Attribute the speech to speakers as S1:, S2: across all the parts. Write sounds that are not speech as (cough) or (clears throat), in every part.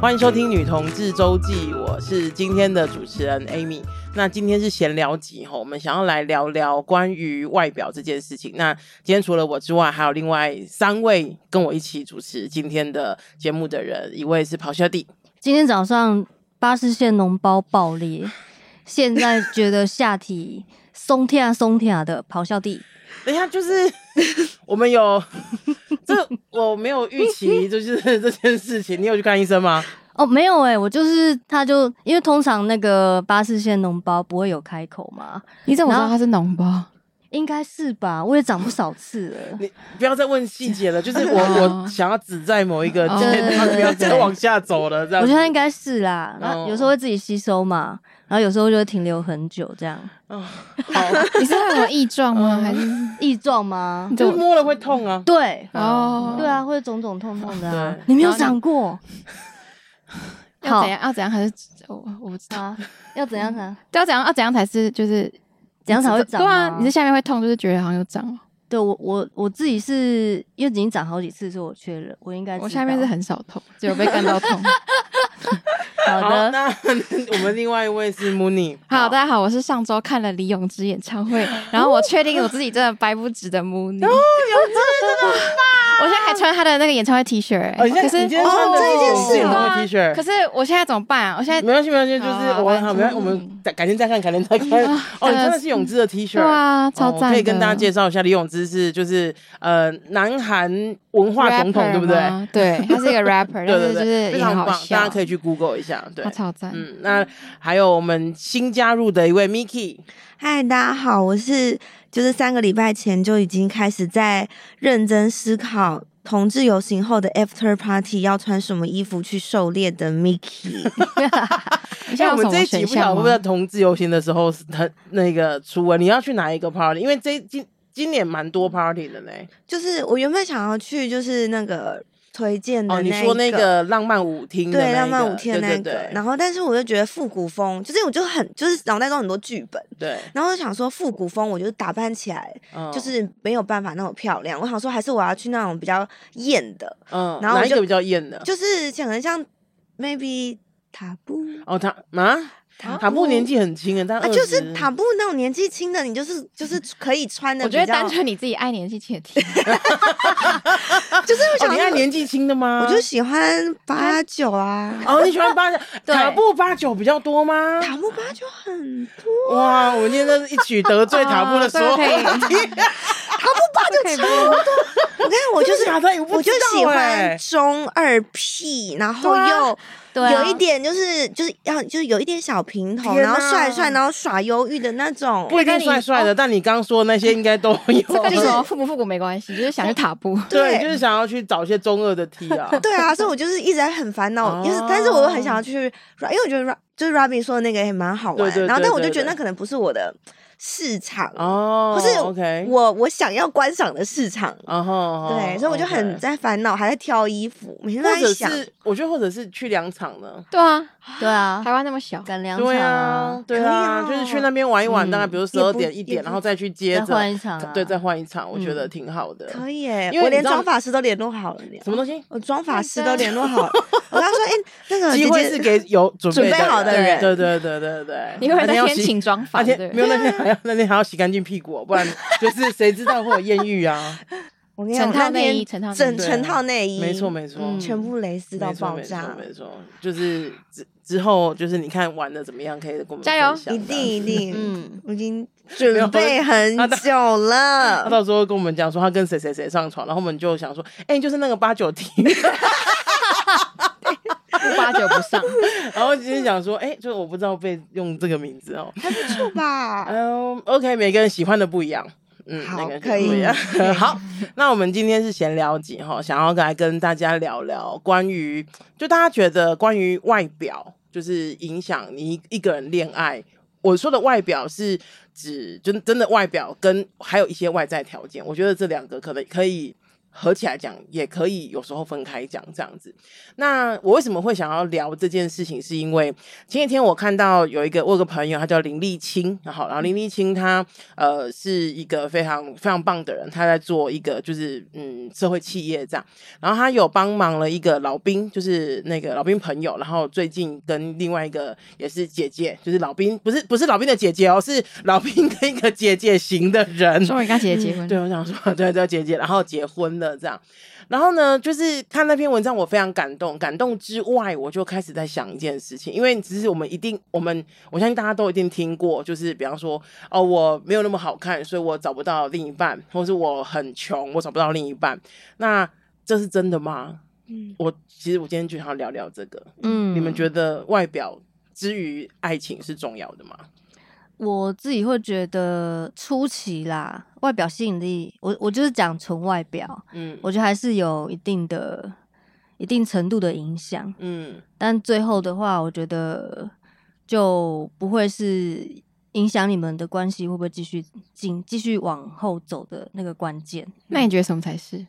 S1: 欢迎收听《女同志周记》，我是今天的主持人 Amy。那今天是闲聊集哈，我们想要来聊聊关于外表这件事情。那今天除了我之外，还有另外三位跟我一起主持今天的节目的人，一位是咆哮帝，
S2: 今天早上巴士线脓包爆裂，现在觉得下体松跳松跳的咆哮帝，
S1: 等一下，就是 (laughs) 我们有 (laughs) 这我没有预期，就是这件事情。你有去看医生吗？
S2: 哦，没有哎、我就是他就因为通常那个巴士线脓包不会有开口嘛，
S3: 你怎么知
S2: 然
S3: 道
S2: 后
S3: 它是脓
S1: (laughs)
S3: 包？
S2: 应该是吧？我也长不少次了，
S1: 你不要再问细节了，就是我
S3: 哦
S1: 我想要只在某一个
S3: 哦
S1: 阶段，
S2: 对对对
S1: 不要再往下走了。这样
S2: 我
S1: 子，
S2: 觉得他应该是啦。然
S1: 哦
S2: 后有时候会自己吸收嘛，然后有时候就会停留很久这样。
S1: 哦好，
S3: 你是它有什么异状吗？还是
S1: 嗯
S2: 异状吗
S3: 你？
S1: 就是
S3: 就
S1: 摸了会痛啊。
S2: 对。
S3: 哦？
S2: 对啊，会肿肿痛痛的啊
S1: 对！
S2: 你没有
S3: 然后你
S2: 长过
S3: 要怎样？要怎样？还是我我不知 (laughs) 道，
S2: 啊？要怎样才
S3: 要怎样？要怎样才是就是
S2: 怎样才会长
S3: 对啊
S2: 吗，
S3: 你是下面会痛，就是觉得好像有长了。
S2: 对我我我自己是因为已经长好几次，所以我确认我应该知道
S3: 我下面是很少痛，只有被干
S1: (laughs)
S3: 到痛。
S2: 好
S1: 好，
S2: 的。
S1: 那 (laughs) 我们另外一位是 Mooney。
S3: 好，大家好，我是上周看了李永芝演唱会，然后我确定我自己真的白不值得 m o 哦，我现在还穿他的那个演唱会 T 恤、欸，
S1: 哦，你现在
S3: 可是
S1: 你今天穿的
S2: 哦
S1: 是
S2: 这件事
S1: 我
S3: 吗
S1: 们的 T 恤，
S3: 可是我现在怎么办啊？我现在
S1: 没关系，没关系，就是
S3: 好
S1: 我
S3: 好
S1: 好，没关系，
S3: 嗯
S1: 我们改改天再看，改天再看。哦，你穿的是泳姿的 T 恤，
S3: 对啊，超
S1: 哦
S3: 赞、的
S1: 可以跟大家介绍一下，李永芝是就是呃南韩文化总统，
S3: Rapper
S1: 对不对？
S3: 吗？对，他是一个
S1: (laughs) 对
S3: rapper，但
S1: 对
S3: 是就
S1: 对，
S3: 是
S1: 非
S3: 也很
S1: 常棒
S3: 好，笑，
S1: 大家可以去 Google 一下。对
S3: 他，超赞。
S1: 嗯，那还有我们新加入的一位 Miki，
S4: 嗨，大家好，我是就是三个礼拜前就已经开始在认真思考同志游行后的 after party 要穿什么衣服去狩猎的 Miki。
S3: 你现
S1: 像哎我
S3: 在有什
S1: 们
S3: 么
S1: 这一集不
S3: 选
S1: 晓得
S3: 项
S1: 会不
S3: 吗
S1: 会在同志游行的时候是很那个初吻，你要去哪一个 party？因为这今今年蛮多 party 的呢。
S4: (laughs) 就是我原本想要去，就是那个推荐的
S1: 哦，你
S4: 嗯那一
S1: 说那个浪漫舞厅的那一
S4: 对
S1: 个，
S4: 浪漫舞厅的那
S1: 对
S4: 个
S1: 对，对
S4: 然后但是我就觉得复古风，就是我就很就是脑袋中很多剧本，
S1: 对，
S4: 然后我就想说复古风，我就打扮起来
S1: 嗯
S4: 就是没有办法那么漂亮，我想说还是我要去那种比较艳的，
S1: 嗯，
S4: 然后我
S1: 哪一
S4: 就
S1: 个比较艳的？
S4: 就是可能像 maybe 塔布
S1: (gasps) 哦，塔啊，塔布年纪很轻啊，但
S4: 啊，就是塔布那种年纪轻的，你就是就是可以穿的，
S3: 我觉得单，纯你 (laughs) 自己爱年纪轻
S1: (laughs)
S3: 的 T，
S4: 就是我
S1: 哦，
S4: 想
S1: 你看
S4: 说，
S1: 年纪轻的吗？
S4: 我就喜欢八九啊，
S1: 哦，你喜欢
S4: (laughs)
S1: 八九，
S3: 对
S1: 塔布八九比较多吗？
S4: 塔布八九很多，
S1: 哇，我们今天真是一举得
S4: (laughs)
S1: 罪塔布的所有
S3: 哦对
S1: 问题，
S3: 八就超多，
S4: (laughs) 我看我就是
S1: 真的假的我不
S4: 我就
S1: 知道
S4: 喜
S1: 欸
S4: 欢中二屁，然后
S1: 对啊
S4: 又
S2: 对啊
S4: 有一点就是就是要就是有一点小平头，
S1: 天
S4: 然后
S1: 哪
S4: 帅帅，然后耍忧郁的那哦种，
S1: 不一定
S3: 那你
S1: 帅帅的，但你刚说的那些应该
S4: (laughs)
S1: 都
S3: 这跟你
S1: 有。
S3: 说复不复古没关系，就是想去塔布。
S1: (laughs) 对，
S4: 对
S1: 就是想要去找一些中二的 T 啊。
S4: (laughs) 对啊，所以我就是一直在很烦
S1: (laughs)
S4: 恼，就是、但是我又很想要去，因为我觉得 Ra- 就是 Robin 说的那个也蛮好玩，
S1: 哦对对对
S4: 然后但我就
S1: 对
S4: 觉得
S1: 对
S4: 那可能不是我的市场，
S1: 哦，
S4: 不是
S1: OK，嗯
S4: 我我想要观赏的市场。
S1: 然后
S4: 对，所以我就很在烦恼，还在挑衣服，每天都
S1: 哦或
S4: 在
S1: 者
S4: 想。
S1: 是我觉得或者是去两场呢。
S3: (laughs) 对啊，
S2: 对啊，
S3: 台湾那么小，
S2: 赶两场
S1: 对啊，，对啊，
S4: 可以
S1: 就
S4: 哦
S1: 是去那边玩一玩，
S3: 嗯
S1: 大概比如十
S4: 也
S1: 二
S4: 不
S1: 点一
S4: 也
S1: 点，
S4: 不
S1: 然后再去接
S2: 再
S1: 着，
S2: 换一场啊，
S1: 对，再换一场，我觉得
S3: 嗯
S1: 挺好的。
S4: 可以啊耶，
S1: 因为
S4: 我
S1: 你
S4: 连
S1: 知道
S4: 妆发师都联络好了耶。
S1: 什么东西？
S4: 我妆发师
S3: 真
S4: 都
S3: 的
S4: 联络好
S1: (laughs)
S4: 了。我跟他说，哎、那个
S1: 机
S4: 姐
S1: 会是
S4: 姐，
S1: 给有准
S4: 准备好的人
S1: 对对对对对。
S3: 你会不会
S1: 那
S3: 那
S1: 要
S3: 天
S1: 洗
S3: 请妆
S1: 而
S3: 发
S1: 且
S3: 对
S1: 没有那天还要那天还要洗干净屁股，哦不然就是谁知道会有艳遇啊？
S4: 我跟你讲，
S3: 整套
S4: 我那天
S3: 内衣整套内衣
S4: 整
S1: 对啊
S4: 成套内衣，
S1: 没错没错，
S3: 嗯
S4: 全部蕾丝到
S1: 没错
S4: 爆
S1: 没错
S4: 炸，
S1: 没错，就是之之后就是你看玩的怎么样，可以跟我们
S3: 加油
S1: 分享
S4: 一
S1: 这
S4: 定
S1: 样
S4: 一定，
S2: 嗯，
S4: 我已经
S1: 没有
S4: 准备很
S1: 他到
S4: 久
S1: (laughs) 他
S4: 了。
S1: 到时候跟我们讲说他跟谁谁谁上床，然后我们就想说，哎、就是那个八九
S4: (laughs)
S1: T，
S3: 不八九不
S1: (laughs)
S3: 上，
S1: 然后就是想说，哎、就是我不知道被用这个名字哦。
S4: 还不错
S3: (laughs)
S4: 吧？
S1: 嗯、o k 每个人喜欢的不一样。嗯，每
S4: 好
S1: 个人喜
S4: 可
S1: 欢
S4: 以
S1: 不一
S4: (laughs)
S1: 样。 (laughs) 好，那我们今天是闲聊集哈，想要来跟大家聊聊关于，就大家觉得关于外表，就是影响你一个人恋爱。我说的外表是指真真的外表，跟还有一些外在条件。我觉得这两个可能可以合起来讲，也可以有时候分开讲这样子。那我为什么会想要聊这件事情，是因为前几天我看到有一个我有个朋友，他叫林立清，然后然后林立清他呃是一个非常非常棒的人，他在做一个就是嗯社会企业这样，然后他有帮忙了一个老兵，就是那个老兵朋友，然后最近跟另外一个也是姐姐，就是老兵不是不是老兵的姐姐哦，是老兵跟一个姐姐型的人，
S3: 终于跟姐姐结婚，
S1: 对，我想说，对对，姐姐，然后结婚了这样。然后呢，就是看那篇文章，我非常感动。感动之外，我就开始在想一件事情，因为只是我们一定，我们我相信大家都一定听过，就是比方说，哦，我没有那么好看，所以我找不到另一半，或是我很穷，我找不到另一半。那这是真的吗？
S4: 嗯
S1: 我其实我今天就想要聊聊这个，
S2: 嗯，
S1: 你们觉得外表之于爱情是重要的吗？
S2: 我自己会觉得初期啦，外表吸引力，我我就是讲纯外表，
S1: 嗯，
S2: 我觉得还是有一定的、一定程度的影响。
S1: 嗯
S2: 但最后的话，我觉得就不会是影响你们的关系会不会继续进、继续往后走的那个关键。
S3: 那你觉得什么才是？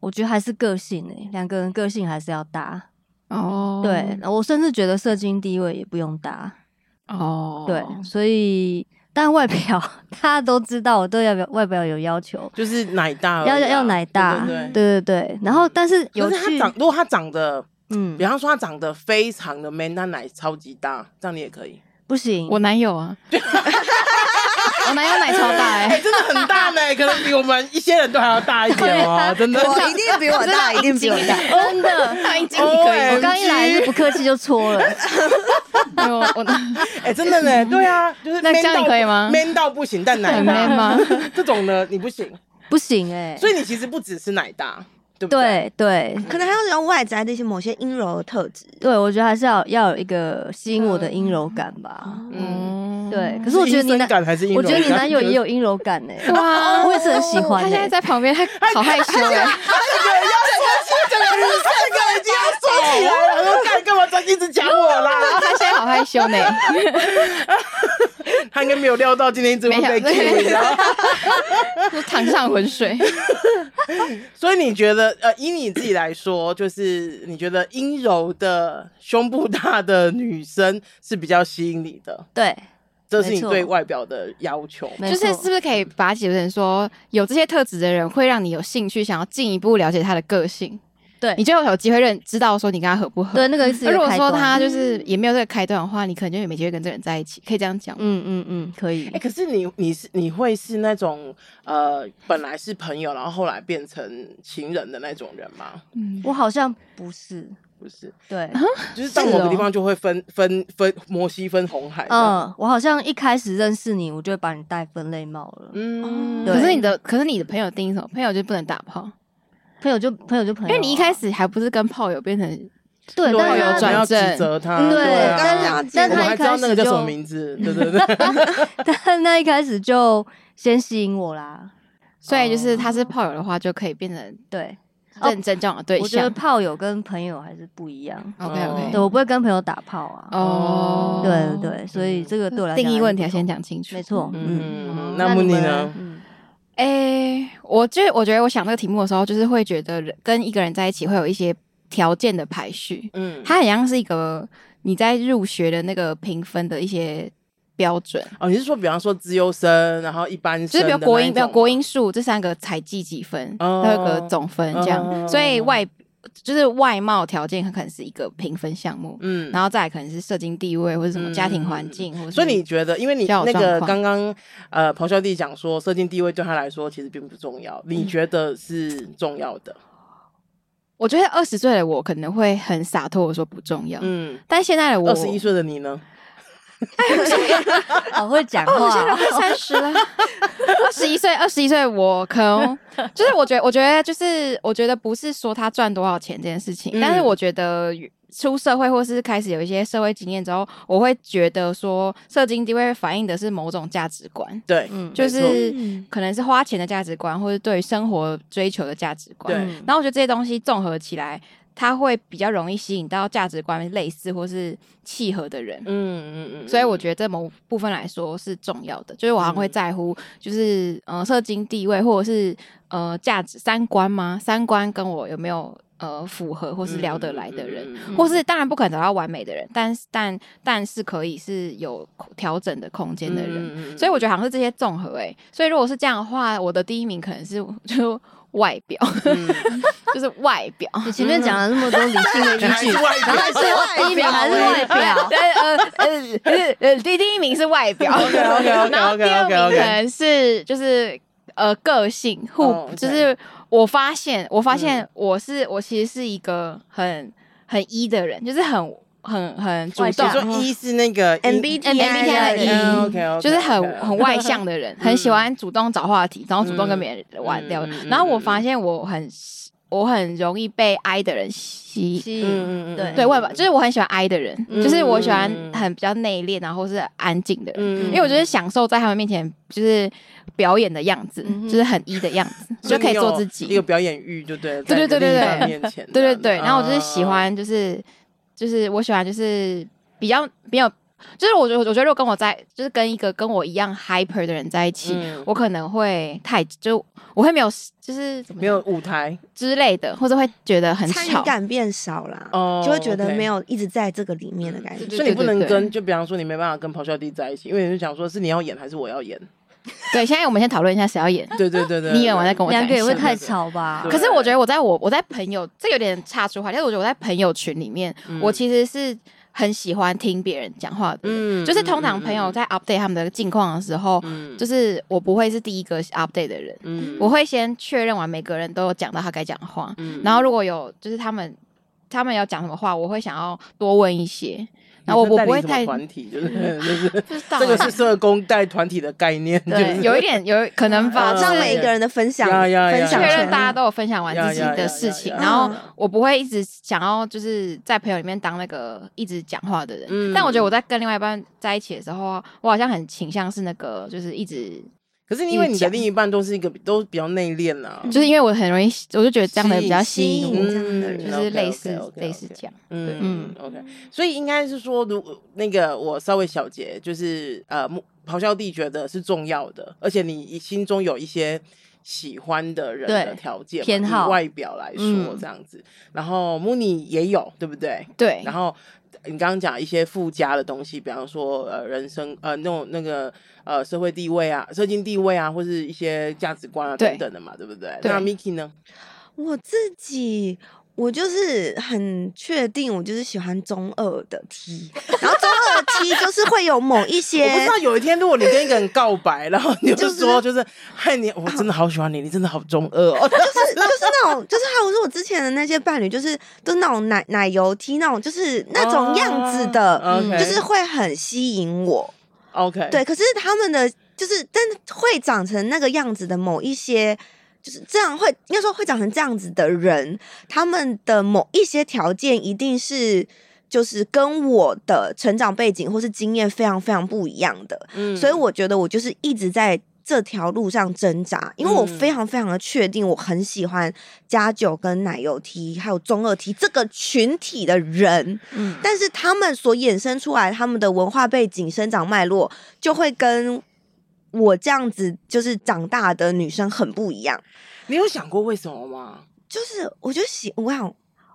S2: 我觉得还是个性诶、两个人个性还是要搭。
S3: 哦，
S2: 对，，我甚至觉得社经地位也不用搭。
S3: 哦，
S2: 对，所以但外表 (laughs) 大家都知道，我对外表外表有要求，
S1: 就是奶大而已啊、
S2: 要要奶大，
S1: 对对对。
S2: 对对然后，但是有
S1: 可是他
S2: 趣，
S1: 长，如果他长得，
S2: 嗯
S1: 比，方说他长得非常的 man，那奶超级大，这样你也可以。
S2: 不行，
S3: 我男
S1: (laughs)
S3: 友啊，我男友奶超大哎、
S1: 哎、真的很大呢，可能比我们一些人都还要大一点哦，真的。
S4: 我一定比我大，一定比我大。
S2: 真的，
S3: 他已经你可以，
S2: 我刚一来就不客气就戳了，
S3: 哎我 (laughs) 我
S1: 哎、真的呢，对啊，就是 man
S3: 那这样
S1: 到
S3: 你可以吗
S1: ？man 到不行，但奶
S3: 很 man
S1: 大
S3: 吗？
S1: (laughs) 这种呢，你不行。
S2: 不行哎、
S1: 所以你其实不只是奶大，对不对？
S2: 对对
S4: 可能还有种外在的一些某些阴柔的特质。
S2: 对，我觉得还是要要有一个吸引我的阴柔感吧。
S1: 嗯，
S3: 嗯，
S2: 对，可是我觉得你
S1: 阴
S2: 男
S1: 森，感还是阴柔
S2: 我觉得你
S1: 感
S2: 男友也有阴柔感哎、
S3: 哇
S2: 我也是很喜欢、
S3: 哦他
S2: 欸。
S3: 现在在旁边，他好害羞哎、
S1: 这个已经要说起来了，我说干干嘛专一直讲我啦？
S3: (laughs) 他现在好害羞呢、
S1: 他应该没有料到今天一直会被
S3: 没有
S1: Q，你知道吗
S3: (laughs) 就淌上浑 (laughs) 水。
S1: 所以你觉得，呃，以你自己来说，就是你觉得阴柔的、胸部大的女生是比较吸引你的，
S2: 对，
S1: 这是你
S2: 没错
S1: 对外表的要求。
S2: 没
S3: 就
S2: 错
S3: 是是不是可以把它解读成说，有这些特质的人会让你有兴趣，想要进一步了解他的个性，
S2: 对
S3: 你就有机会认知道说你跟他合不合。
S2: 对，那个是一个
S3: 而如果
S2: 开
S3: 说
S2: 端
S3: 他就是也没有这个开端的话，你可能就也没机会跟这个人在一起，可以这样讲吗。
S2: 嗯嗯嗯，可以
S1: 哎、。可是你你是你会是那种呃，本来是朋友，然后后来变成情人的那种人吗？
S3: 嗯，
S2: 我好像不是，
S1: 不是，
S2: 对，
S1: 就是到
S3: 是
S1: 某个地
S3: 哦
S1: 方就会分分分摩西分红海这样。
S2: 嗯，我好像一开始认识你，我就会把你戴分类帽了。
S1: 嗯，
S2: 对
S3: 可是你的可是你的朋友定义什么？朋友就不能打炮，
S2: 朋友就朋友就朋友啊、
S3: 因为你一开始还不是跟炮友变成
S2: 对，
S1: 如果
S2: 但
S1: 有
S2: 是他
S3: 转
S1: 啊要指
S3: 正
S1: 责他，
S2: 嗯对
S1: 啊
S4: 刚刚想要
S2: 但
S4: 讲
S1: 我
S2: 他
S1: 还
S2: 一
S1: 知道
S2: 开
S1: 那个叫
S2: 始
S1: 什么
S2: 就，
S1: 名字，对对对。
S2: 但那一开始就先吸引我啦。
S3: 所以就是他是炮友的话，就可以变成
S2: 对，哦
S3: 认真交往的对
S2: 我觉得
S3: 象。
S2: 炮友跟朋友还是不一样。
S3: OK
S2: 对，
S3: OK，
S2: 我不会跟朋友打炮啊。
S3: 哦，
S2: 对对对，所以这个对我来讲
S3: 定义问题要
S2: 还是不
S3: 先
S2: 同，
S3: 讲清楚。哦
S2: 没错。嗯，
S1: 嗯，
S3: 那
S1: 那么
S2: 你
S1: 你
S2: 们
S1: 呢？
S2: 嗯，
S3: 诶、我就是我觉得我想这个题目的时候，就是会觉得人跟一个人在一起会有一些条件的排序，
S1: 嗯，
S3: 它很像是一个你在入学的那个评分的一些标准，
S1: 哦，你是说比方说资优生，然后一般
S3: 就
S1: 生
S3: 是
S1: 的
S3: 比
S1: 那
S3: 如
S1: 一种吗，
S3: 国英、比如国英数这三个采计几分，
S1: 哦
S3: 它有个总分这样，
S1: 哦
S3: 所以外就是外貌条件它可能是一个评分项目，
S1: 嗯，
S3: 然后再来可能是社经地位或者什么家庭环境，或者
S1: 所以你觉得，因为你
S3: 交
S1: 那
S3: 友
S1: 个
S3: 状况
S1: 刚刚呃咆哮弟讲说，社经地位对他来说其实并不重要，你觉得是重要的？
S3: 我觉得二十岁的我可能会很洒脱，我说不重要，
S1: 嗯，
S3: 但现在的我
S1: 二十一岁的你呢？
S2: 好哦会讲
S3: 哦我现在
S2: 话。啊
S3: 快三十了， (laughs) 二十一岁，二十一岁，我可能
S1: (laughs)
S3: 就是我觉得，我觉得就是我觉得不是说他赚多少钱这件事情，
S1: 嗯
S3: 但是我觉得出社会或是开始有一些社会经验之后，我会觉得说社经地位反映的是某种价值观，
S1: 对，
S2: 嗯，
S3: 就
S1: 没
S3: 是可能是花钱的价值观，或是对于生活追求的价值观。
S1: 对
S2: 嗯
S3: 然后我觉得这些东西综合起来。他会比较容易吸引到价值观类似或是契合的人。
S1: 嗯嗯嗯，
S3: 所以我觉得这某部分来说是重要的，就是我好像会
S1: 嗯
S3: 在乎，就是呃社经地位或者是呃价值三观吗？三观跟我有没有呃符合或
S1: 我
S3: 是聊得来的人，，
S1: 嗯嗯嗯
S3: 或是当然不可能找到完美的人，但是但但是可以是有调整的空间的人。
S1: 嗯
S3: 所以我觉得好像是这些综合诶、欸所以如果是这样的话，我的第一名可能是 (laughs) 就外表，
S1: 嗯 (laughs)
S3: 就是外表。
S2: 你前面讲了那么多理性的依
S3: (laughs)
S1: 还
S2: 据
S1: 是，外
S2: 然后
S1: 表
S2: 还是第一名还是外表，
S3: 对 (laughs) 呃呃呃呃，第第一名是外
S1: (laughs)
S3: 表
S1: OK，OK，OK，OK，OK，OK
S3: (laughs) 然后第二名可能是就是呃个性互
S1: 哦，，OK
S3: 就是我发现我发现
S1: 嗯
S3: 我是我其实是一个很很一的人，就是很很很主
S2: 外
S3: 动
S2: 向
S1: 你。说一是那个
S3: MBTI 的 E
S1: 嗯，OK，OK，OK
S3: 就是很很外向的
S1: (laughs)
S3: 人，很喜欢主动找话题，然后主动跟别人玩
S1: 嗯
S3: 聊
S1: 嗯。嗯
S3: 然后我
S1: 嗯
S3: 发现我很我很容易被 I 的人吸 (laughs) 引，
S2: 吸引
S1: 嗯嗯嗯，
S2: 对
S3: 对外表，就是我很喜欢 I 的人，
S1: 嗯
S3: 就是我喜欢很比较内敛，然后是安静的人，
S1: 嗯
S3: 因为我觉得享受在他们面前就是表演的样子，
S2: 嗯哼
S3: 就是很 E 的样子，就可以做自己。
S1: 一个表演欲，就对了，在
S3: 对对对
S1: 另一
S3: 对
S1: 半
S3: 对
S1: 面前，
S3: 对对对，然后我
S1: 哦
S3: 就是喜欢，就是就是我喜欢，就是比较没有，就是我觉得我觉得如果跟我在，就是跟一个跟我一样 hyper 的人在一起，
S1: 嗯
S3: 我可能会太就我会没有就是怎么
S1: 没
S3: 讲
S1: 有舞台
S3: 之类的，或者会觉得很
S4: 参与
S3: 吵。
S4: 感变少啦，
S1: 哦，嗯
S4: 就会觉得没
S1: 有。
S4: 有一直在这个里面的感觉。
S1: 所以你不能
S3: 对对对
S1: 跟，就比方说你没办法跟咆哮帝在一起，因为你就想说是你要演还是我要演？
S3: 对，现在我们先讨论一下谁要演，
S1: 对对对对，
S3: (laughs) 你演完再跟嗯我讲
S2: 两
S3: 一
S2: 个也会
S3: 下。
S2: 太吵吧
S1: 对？
S3: 可是我觉得我在我我在朋友这有点差出话题，但是我觉得我在朋友群里面，
S1: 嗯
S3: 我其实是很喜欢听别人讲话的。
S1: 嗯
S3: 就是通常朋友在 update 他们的近况的时候，
S1: 嗯
S3: 就是我不会是第一个 update 的人，
S1: 嗯
S3: 我会先确认完每个人都有讲到他该讲的话，
S1: 嗯
S3: 然后如果有就是他们他们要讲什么话，我会想要多问一些，然后我
S1: 你是
S3: 我
S1: 带
S3: 不会
S1: 领什么
S3: 太
S1: 团体，
S3: (laughs)
S1: 就是就是
S3: 不知道
S1: 这个
S3: 欸
S1: 是社工带团体的概念，就
S3: 对
S1: 是
S3: 有一点有
S1: (laughs)
S3: 可能吧，
S1: 嗯
S3: 就
S4: 让
S3: 是
S4: 每一个人的分享
S1: 呀呀呀
S4: 分享
S3: 确认
S4: 权，
S3: 大家都有分享完自己
S1: 呀呀呀
S3: 的事情，
S1: 呀
S4: 呀
S3: 然后我不会一直想要就是在朋友里面当那个一直讲话的人。
S1: 嗯
S3: 但我觉得我在跟另外一半在一起的时候，我好像很倾向是那个就是一直，
S1: 可是因为你的
S3: 一讲嗯
S1: 另一半都是一个都比较内敛啊啦，
S3: 就是因为我很容易，我就觉得这样的人比较吸
S4: 吸
S3: 引
S4: 引
S3: 我，
S4: 这样的人
S1: 嗯
S3: 就是类似
S1: OK，OK，OK，OK
S3: 类似这样。
S1: 嗯，OK，所以应该是说，如那个我稍微小结，就是呃，目咆哮帝觉得是重要的，而且你心中有一些喜欢的人的
S2: 对
S1: 条件嘛
S2: 偏
S1: 以
S2: 好
S1: 外表来说
S2: 嗯
S1: 这样子，然后 m o n i 也有，对不对？
S3: 对
S1: 然，后你刚刚讲一些附加的东西，比方说呃人生呃那种那个呃社会地位啊、社经地位啊，或是一些价值观啊
S3: 对
S1: 等等的嘛，对不对？
S3: 对
S1: 那 Miki 呢？
S4: 我自己。我就是很确定，我就是喜欢中二的 T，然后中二的 T 就是会有某一些，
S1: (laughs) 我不知道有一天，如果你跟一个人告白，然后你就说就是嗨你，我真的好喜欢你，你真的好中二哦。
S4: 就是就是那种，就是还有说我之前的那些伴侣，就是都是那种奶奶油 T 那种，就是那种样子的，
S1: 哦，OK
S4: 就是会很吸引我。
S1: (laughs) OK，
S4: 对，可是他们的就是，但会长成那个样子的某一些，就是这样会，应该说会长成这样子的人，他们的某一些条件一定是。就是跟我的成长背景或是经验非常非常不一样的，
S1: 嗯
S4: 所以我觉得我就是一直在这条路上挣扎，因为我
S1: 嗯
S4: 非常非常的确定，我很喜欢加九跟奶油 T 还有中二 T 这个群体的人，
S3: 嗯
S4: 但是他们所衍生出来他们的文化背景、生长脉络，就会跟我这样子就是长大的女生很不一样。
S1: 你有想过为什么吗？
S4: 就是我就喜，我想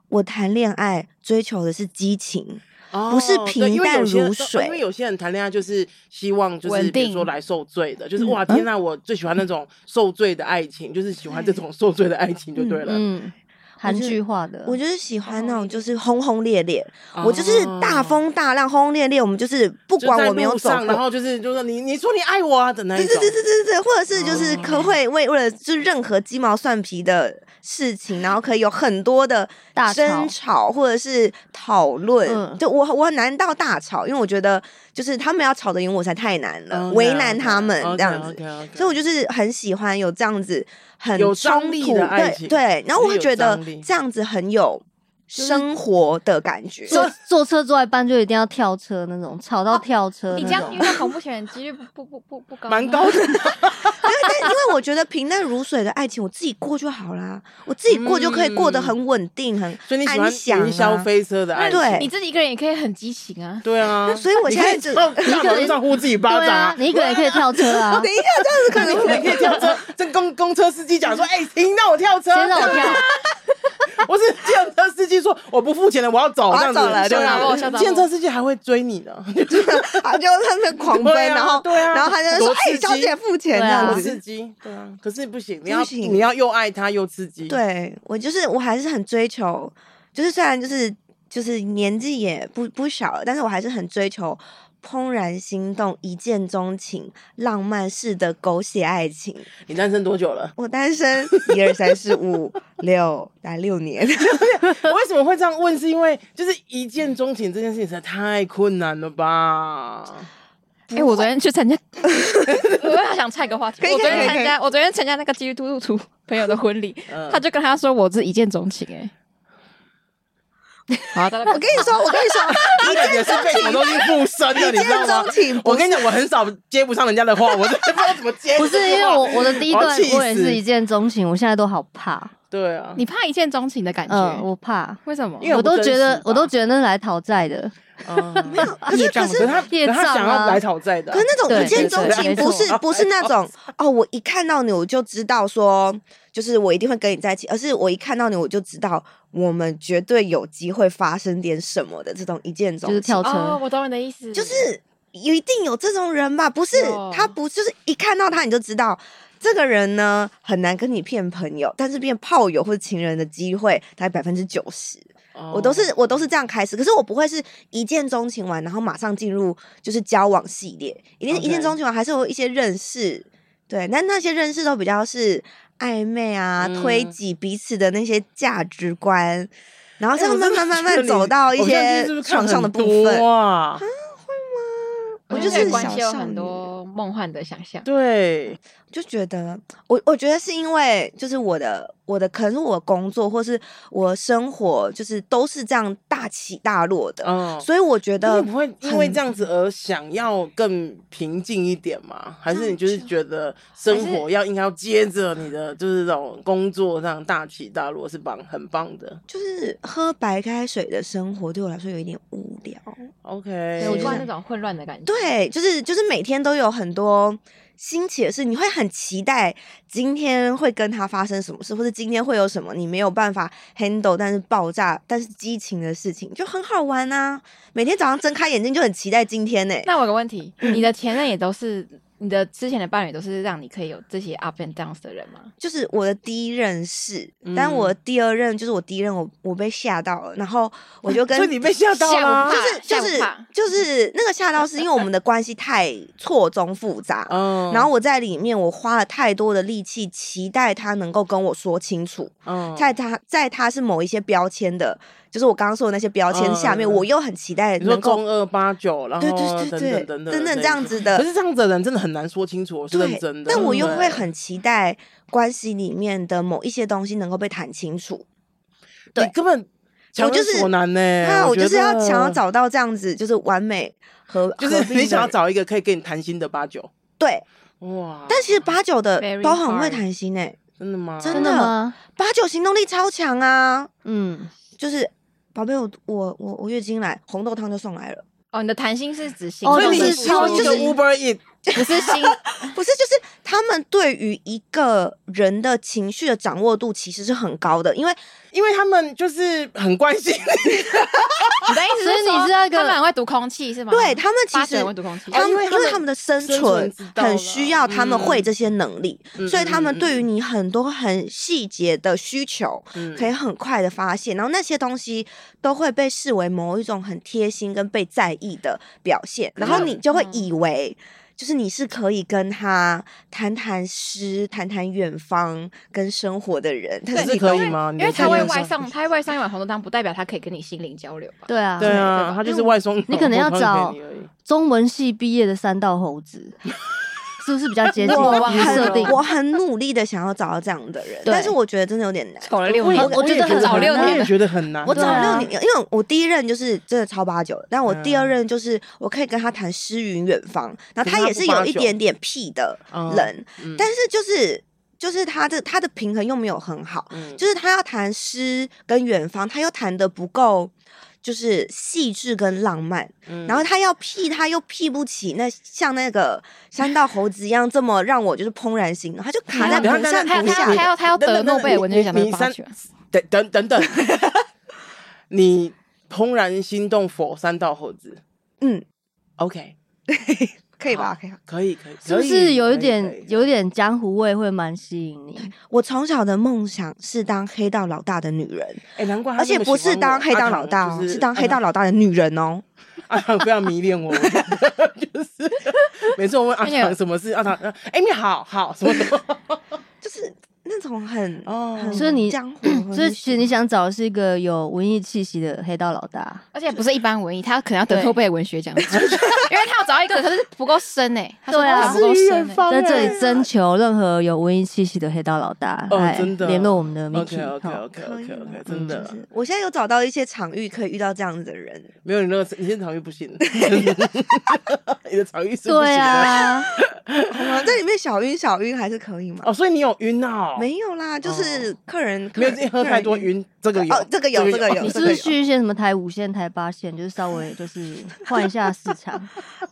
S4: 我谈恋爱追求的是激情，
S1: 哦
S4: 不是
S1: 对因为
S4: 平淡
S1: 有些人哦
S4: 如水
S1: 因为有些人谈恋爱就是希望就是
S3: 稳
S1: 比如
S3: 定
S1: 说来受罪的，就是
S4: 嗯
S1: 哇天呐，我最喜欢那种受罪的爱情，就是喜欢这种受罪的爱情就对了。
S3: 嗯，
S2: 韩剧化的，
S4: 我就是喜欢那种就是轰轰烈烈，
S1: 哦
S4: 嗯我就是大风大浪、轰轰烈烈，我们就是不
S1: 就在
S4: 管我没有
S1: 路
S4: 走
S1: 上然
S4: 过。
S1: 后就是就是你你说你爱我啊的那一
S4: 对
S1: 种
S4: 对对。对对对，或者是就是
S1: 哦
S4: 可会为为了就是任何鸡毛蒜皮的事情，然后可以有很多的
S2: 大吵
S4: 争吵或者是讨论。
S2: 嗯
S4: 就我我很难到大吵，因为我觉得就是他们要吵得赢我才太难
S1: 哦
S4: 了，
S1: 嗯
S4: 为难他们这样子。所以我
S1: 就
S4: 就是很喜欢有这样子很
S1: 有张
S4: 冲
S1: 力
S4: 突
S1: 的爱情
S4: 对对，然后我会觉
S1: 有
S4: 得
S1: 张力
S4: 这样子很有生活的感觉。
S2: 坐坐车坐一半就一定要跳车那种，吵到跳车
S3: 哦你
S2: 那
S3: 这样遇
S2: 种。
S3: 到恐怖情人几率不不不不不高，
S1: 蛮高的，
S4: 但因为我觉得平淡如水的爱情，我自己过就好啦，我自己过就可以过得很稳定，很
S1: 嗯所以你喜
S4: 安详
S1: 欢
S4: 啊
S1: 云霄飞车的爱情？
S4: 对
S3: 你自己一个人也可以很激情 (laughs) 啊。
S1: 对啊，
S4: 所以我
S1: 你
S4: 现
S1: 可
S4: 在
S1: 以
S4: 只
S1: 照大马路上呼自己巴
S2: 对
S1: 掌
S2: 啊
S1: 啊，！
S2: 你一个人也可以跳车
S3: (laughs)
S2: 啊，
S4: 等一下这样子可能
S1: 你
S4: 会
S1: 可以跳车， (laughs) 这公公车司机讲
S4: 嗯
S1: 说：“哎，停，让我跳车。”
S2: 先让我跳。
S1: 我是计程车司机说：“我不付钱了，我要走。”
S4: 我
S1: 这
S4: 要
S1: 样子
S4: 走了
S1: 对
S4: 对
S1: 啊
S3: 我想走
S1: 计程车司机还会追你呢，
S4: 啊，就他们狂奔，
S1: 对啊
S4: 然后
S1: 对啊
S4: 然后他就说
S1: 多：“
S4: 哎、
S1: 刺激
S4: 小姐付钱这
S2: 对啊
S4: 样
S1: 多
S4: 子。
S1: 刺激。对啊，可是不行，你要
S4: 不行
S1: 你要又爱他又刺激。
S4: 对我就是我还是很追求，就是虽然就是就是年纪也不不小了，但是我还是很追求怦然心动、一见钟情、浪漫式的狗血爱情。
S1: 你单身多久了？ (laughs)
S4: 我单身一二三四五六，大概六年。 (laughs)
S1: 我为什么会这样问？是因为就是一见钟情这件事情实在太困难了吧？
S3: 哎、我昨天去参加， (laughs) 我要想岔一个话题。
S4: 可以
S3: 我昨
S4: 可以
S3: 天
S4: 可
S3: 参
S4: 以
S3: 加，我昨天参加那个基督徒朋友的婚礼，
S1: 嗯
S3: 他就跟他说我是一见钟情、欸哎，好，大家
S4: 我跟你说，我跟你 (laughs) 说，
S1: 他感觉是被什么东西附身的，你
S4: 一
S1: 知道
S4: 见
S1: 吗
S4: 钟？情不
S1: 我跟你讲，我很少接不上人家的话，我真的不知道怎么 (laughs) 接
S2: 不
S1: 这句话。
S2: 是因为我我的第一段
S1: 我要气死
S2: 我也是一见钟情，我现在都好怕，
S1: 对啊，
S3: 你怕一见钟情的感觉？
S2: 嗯，我怕，
S3: 为什么？
S1: 因为
S2: 我
S1: 不
S2: 都
S1: 真
S2: 觉
S1: 实
S2: 得
S1: 吧
S2: 我都觉得那是来讨债的，
S1: 嗯
S4: 可是可
S1: 可
S4: 是
S1: 是。他可
S2: 业
S1: 是他
S2: 障
S1: 想
S2: 啊
S1: 要来讨债的啊，
S4: 可是那种
S2: 对
S4: 一见钟情
S2: 对对
S4: 不是
S1: 没错
S4: 不是那种哦，我一看到你我就知道说，就是我一定会跟你在一起，而是我一看到你我就知道我们绝对有机会发生点什么的这种一见钟
S2: 就是
S4: 情，
S2: 跳
S3: 哦，
S2: 车，
S3: 我懂你的意思，
S4: 就是一定有这种人吧？不是
S3: 有
S4: 他不是就是一看到他你就知道。这个人呢，很难跟你变朋友，但是变炮友或者情人的机会大概百分之九十。我都
S1: 哦
S4: 是我都是这样开始，可是我不会是一见钟情完，然后马上进入就是交往系列，一定
S1: OK
S4: 一见钟情完还是有一些认识，对，但那些认识都比较是暧昧啊，
S1: 嗯
S4: 推挤彼此的那些价值观，然后
S1: 哎
S4: 这样
S1: 我真
S4: 慢
S1: 的
S4: 慢慢
S1: 觉得
S4: 慢
S1: 你
S4: 走到一
S1: 偶像剧
S4: 些
S1: 是不是看
S4: 床上的
S1: 很
S4: 部分
S1: 多。啊，
S3: 我
S4: 我
S3: 觉
S4: 就
S3: 得这
S4: 是
S3: 个关
S4: 小
S3: 系有
S4: 少
S3: 很
S4: 女
S3: 多梦幻的想象。
S1: 对，
S4: 就觉得我我觉得是因为就是我的我的可能是我工作或是我生活就是都是这样大起大落的，
S1: 嗯，
S4: 所以我觉
S1: 那
S4: 得
S1: 你不会因为
S4: 很
S1: 这样子而想要更平静一点吗？还是你就是觉得生活要应该要接着你的，就是这种工作上大起大落是棒很棒的。
S4: 就是喝白开水的生活对我来说有一点无聊。
S1: OK，
S3: 对，
S4: 我
S3: 我
S4: 觉
S3: 喜
S4: 得
S3: 欢那种混乱的感觉。，
S4: 对，就是就是每天都有很多新奇的事，你会很期待今天会跟他发生什么事，或者今天会有什么你没有办法 handle，但是爆炸，但是激情的事情就很好玩啊！每天早上睁开眼睛就很期待今天呢、
S3: 那我有个问题，你的前任也都是你的之前的伴侣，都是让你可以有这些 up and downs 的人吗？
S4: 就是我的第一任是，
S1: 嗯
S4: 但我的第二任就是我第一任我我被吓到了，然后我 (laughs) 就跟
S1: 所以你被吓到了啊
S3: 吓我，吓
S4: 就是
S3: 我怕
S4: 就是那个吓到是因为我们的关系太错综复杂，
S1: 嗯
S4: 然后我在里面我花了太多的力气，期待他能够跟我说清楚，
S1: 嗯
S4: 在他在他是某一些标签的，就是我刚刚说的那些标签下面，
S1: 嗯
S4: 我又很期待
S1: 你说
S4: 能够
S1: 中二八九，然后
S4: 对对对
S1: 等
S4: 对
S1: 等等
S4: 等
S1: 等
S4: 等这样。子的
S1: 可，是这样子的人真的很难说清楚，我是认
S4: 对
S1: 真的。，嗯
S4: 但我又
S1: 对
S4: 会很期待关系里面的某一些东西能够被谈清楚。对
S1: 你根本强人
S4: 就是
S1: 所难呢、
S4: 那我
S1: 觉
S4: 就是要
S1: 得
S4: 想要，找到这样子，就是完美和
S1: 就是 (laughs) 你想要
S4: 要
S1: 找一个可以跟你谈心的八九，
S4: 对，
S1: 哇！
S4: 但其实八九的
S3: Very
S4: 都很会
S3: hard
S4: 谈心诶、
S1: 真的吗？
S4: 真
S2: 真的吗？
S4: 八九行动力超强啊！
S2: 嗯，
S4: 就是宝贝，我我我我月经来，红豆汤就送来了。
S3: 哦，你的谈心是指行
S2: 哦
S1: 所
S3: 动
S1: 以
S2: 就
S1: 你
S2: 是
S1: 希望
S2: 就
S1: 一个
S2: 是
S1: Uber Eat
S3: 不是心，
S4: 不是，就是他们对于一个人的情绪的掌握度其实是很高的，因为
S1: 因为他们就是很关心你，
S3: 你的意思
S2: 所以你
S3: 说
S2: 是那个
S3: 他们很会读空气是吗？
S4: 对他们其
S3: 八
S4: 实
S3: 九人会读空气，
S4: 他
S1: 因
S4: 们、
S1: 为
S4: 因
S1: 他
S4: 为
S1: 们
S4: 他们的生
S1: 生
S4: 存
S1: 存之道
S4: 很
S1: 了
S4: 需要他们会
S1: 嗯
S4: 这些能力，
S1: 嗯
S4: 所以他们
S1: 嗯嗯
S4: 对于你很多很细节的需求，
S1: 嗯
S4: 可以很快的发现，然后那些东西都会被视为某一种很贴心跟被在意的表现，然后
S1: 嗯
S4: 你就会以为。就是你是可以跟他谈谈诗、谈谈远方跟生活的人，但是
S1: 是
S4: 你
S1: 可
S4: 都
S1: 以吗？
S3: 因
S1: 你
S3: 为
S1: 的
S3: 他
S1: 概
S3: 会
S1: 念
S3: 外
S1: 上
S3: 送，他会外送一碗红豆汤，不代表他可以跟你心灵交流吧？
S2: 对啊，
S1: (laughs) 对
S3: 对
S1: 啊
S3: 吧，
S1: 他就是外送，
S2: 你可能要
S1: 我朋友陪你而已 (laughs)
S2: 中文系毕业的三道猴子，是不是比较接近
S3: 我
S2: 你的设定？
S4: 我很努力的想要找到这样的人，
S3: 对
S4: 但是我觉得真的有点难。
S3: 丑了六
S1: 我也
S3: 年，
S2: 啊我
S1: 也
S2: 觉得
S1: 很
S2: 很
S1: 难
S3: 早六
S1: 我
S3: 年
S1: 也
S3: 了，
S1: 觉得很难。
S4: 我找
S2: 对啊
S4: 六年，因为我第一任就是真的超八九的，但我第二
S1: 嗯
S4: 任就是我可以跟他谈诗与远方，然后
S1: 可
S4: 他
S1: 是他
S4: 也
S1: 不
S4: 是有
S1: 八
S4: 一
S1: 九
S4: 点点屁的
S1: 嗯
S4: 人，
S1: 嗯
S4: 但是就是就是他的他的平衡又没有很好，
S1: 嗯
S4: 就是他要谈诗跟远方，他又谈的不够。就是细致跟浪漫，
S1: 嗯
S4: 然后他要屁，他又屁不起那像那个山道猴子一样，这么让我就是怦然心动，他就卡在
S1: 等一下
S4: 不
S1: 等
S4: 上
S1: 一下等
S4: 不
S1: 一下
S4: 下
S1: 等一。下
S3: 他要他要
S1: 等
S3: 得
S1: 等
S3: 诺
S1: 等
S3: 贝尔文
S1: 你
S3: 学奖
S1: 你
S3: 才
S1: 你
S3: 八
S1: 三
S3: 九，
S1: 等等等
S4: (laughs)
S1: 等，你怦然心动否三道猴子
S4: 嗯，
S1: ？OK，
S4: 可以吧
S1: 好？
S4: 可以吧。
S1: 可以可以，
S2: 是不
S1: 可以
S2: 是有一
S1: 可以
S2: 点
S1: 可以
S2: 有一点江湖味会蛮吸引你？
S4: 我从小的梦想是当黑道老大的女人，
S1: 哎，难怪他
S4: 而且
S1: 那么
S4: 不
S1: 喜欢
S4: 是当
S1: 我
S4: 黑
S1: 阿
S4: 道
S1: 唐
S4: 老大哦，
S1: 就是嗯
S4: 当黑道
S1: 老
S4: 老大的女人哦。
S1: 阿唐非常迷恋我，我 (laughs) 觉得就是每次我问阿
S3: 而且
S1: 唐什么事，阿唐呃哎你好好什么什么，
S4: 就是那种
S1: (laughs)
S4: 很
S1: 哦
S4: 很
S2: 所以你
S4: 江湖，
S2: (clears throat) 所以其实你想找的是一个有文艺气息的黑道老大。
S3: 而且不是一般文艺，他可能要得
S2: 对
S3: 诺贝尔文学奖，
S2: (laughs)
S3: 因为他要找一个可是不够深哎，他说
S2: 对啊
S3: 他不
S1: 是
S3: 够
S1: 于
S3: 深
S1: 远
S3: 欸
S1: 方
S2: 在这里
S1: 哎
S2: 征求任何有文艺气息的黑道老大
S1: 哦
S2: 来
S1: 真的
S2: 联络我们的 Miki
S1: 嗯 OK OK
S2: 好
S1: OK OK OK，真
S4: 嗯就
S1: 的
S4: 是我现在有找到一些场域可以遇到这样子的人，
S1: 没有你那个你现场遇不
S4: (laughs)
S1: 行，你的场遇是不行的
S2: 对啊，
S4: 好吗？这里面小晕小晕还是可以吗？
S1: 哦，所以你有晕哦，
S4: 没有啦，就是客人
S1: 没有
S4: 客人
S1: 喝太多
S4: 客人
S1: 晕，这个有
S4: 哦这个有这个有
S2: 你是不是去一些什么台五线、台八线，就是稍微就是换一下市
S4: (laughs)
S2: 场，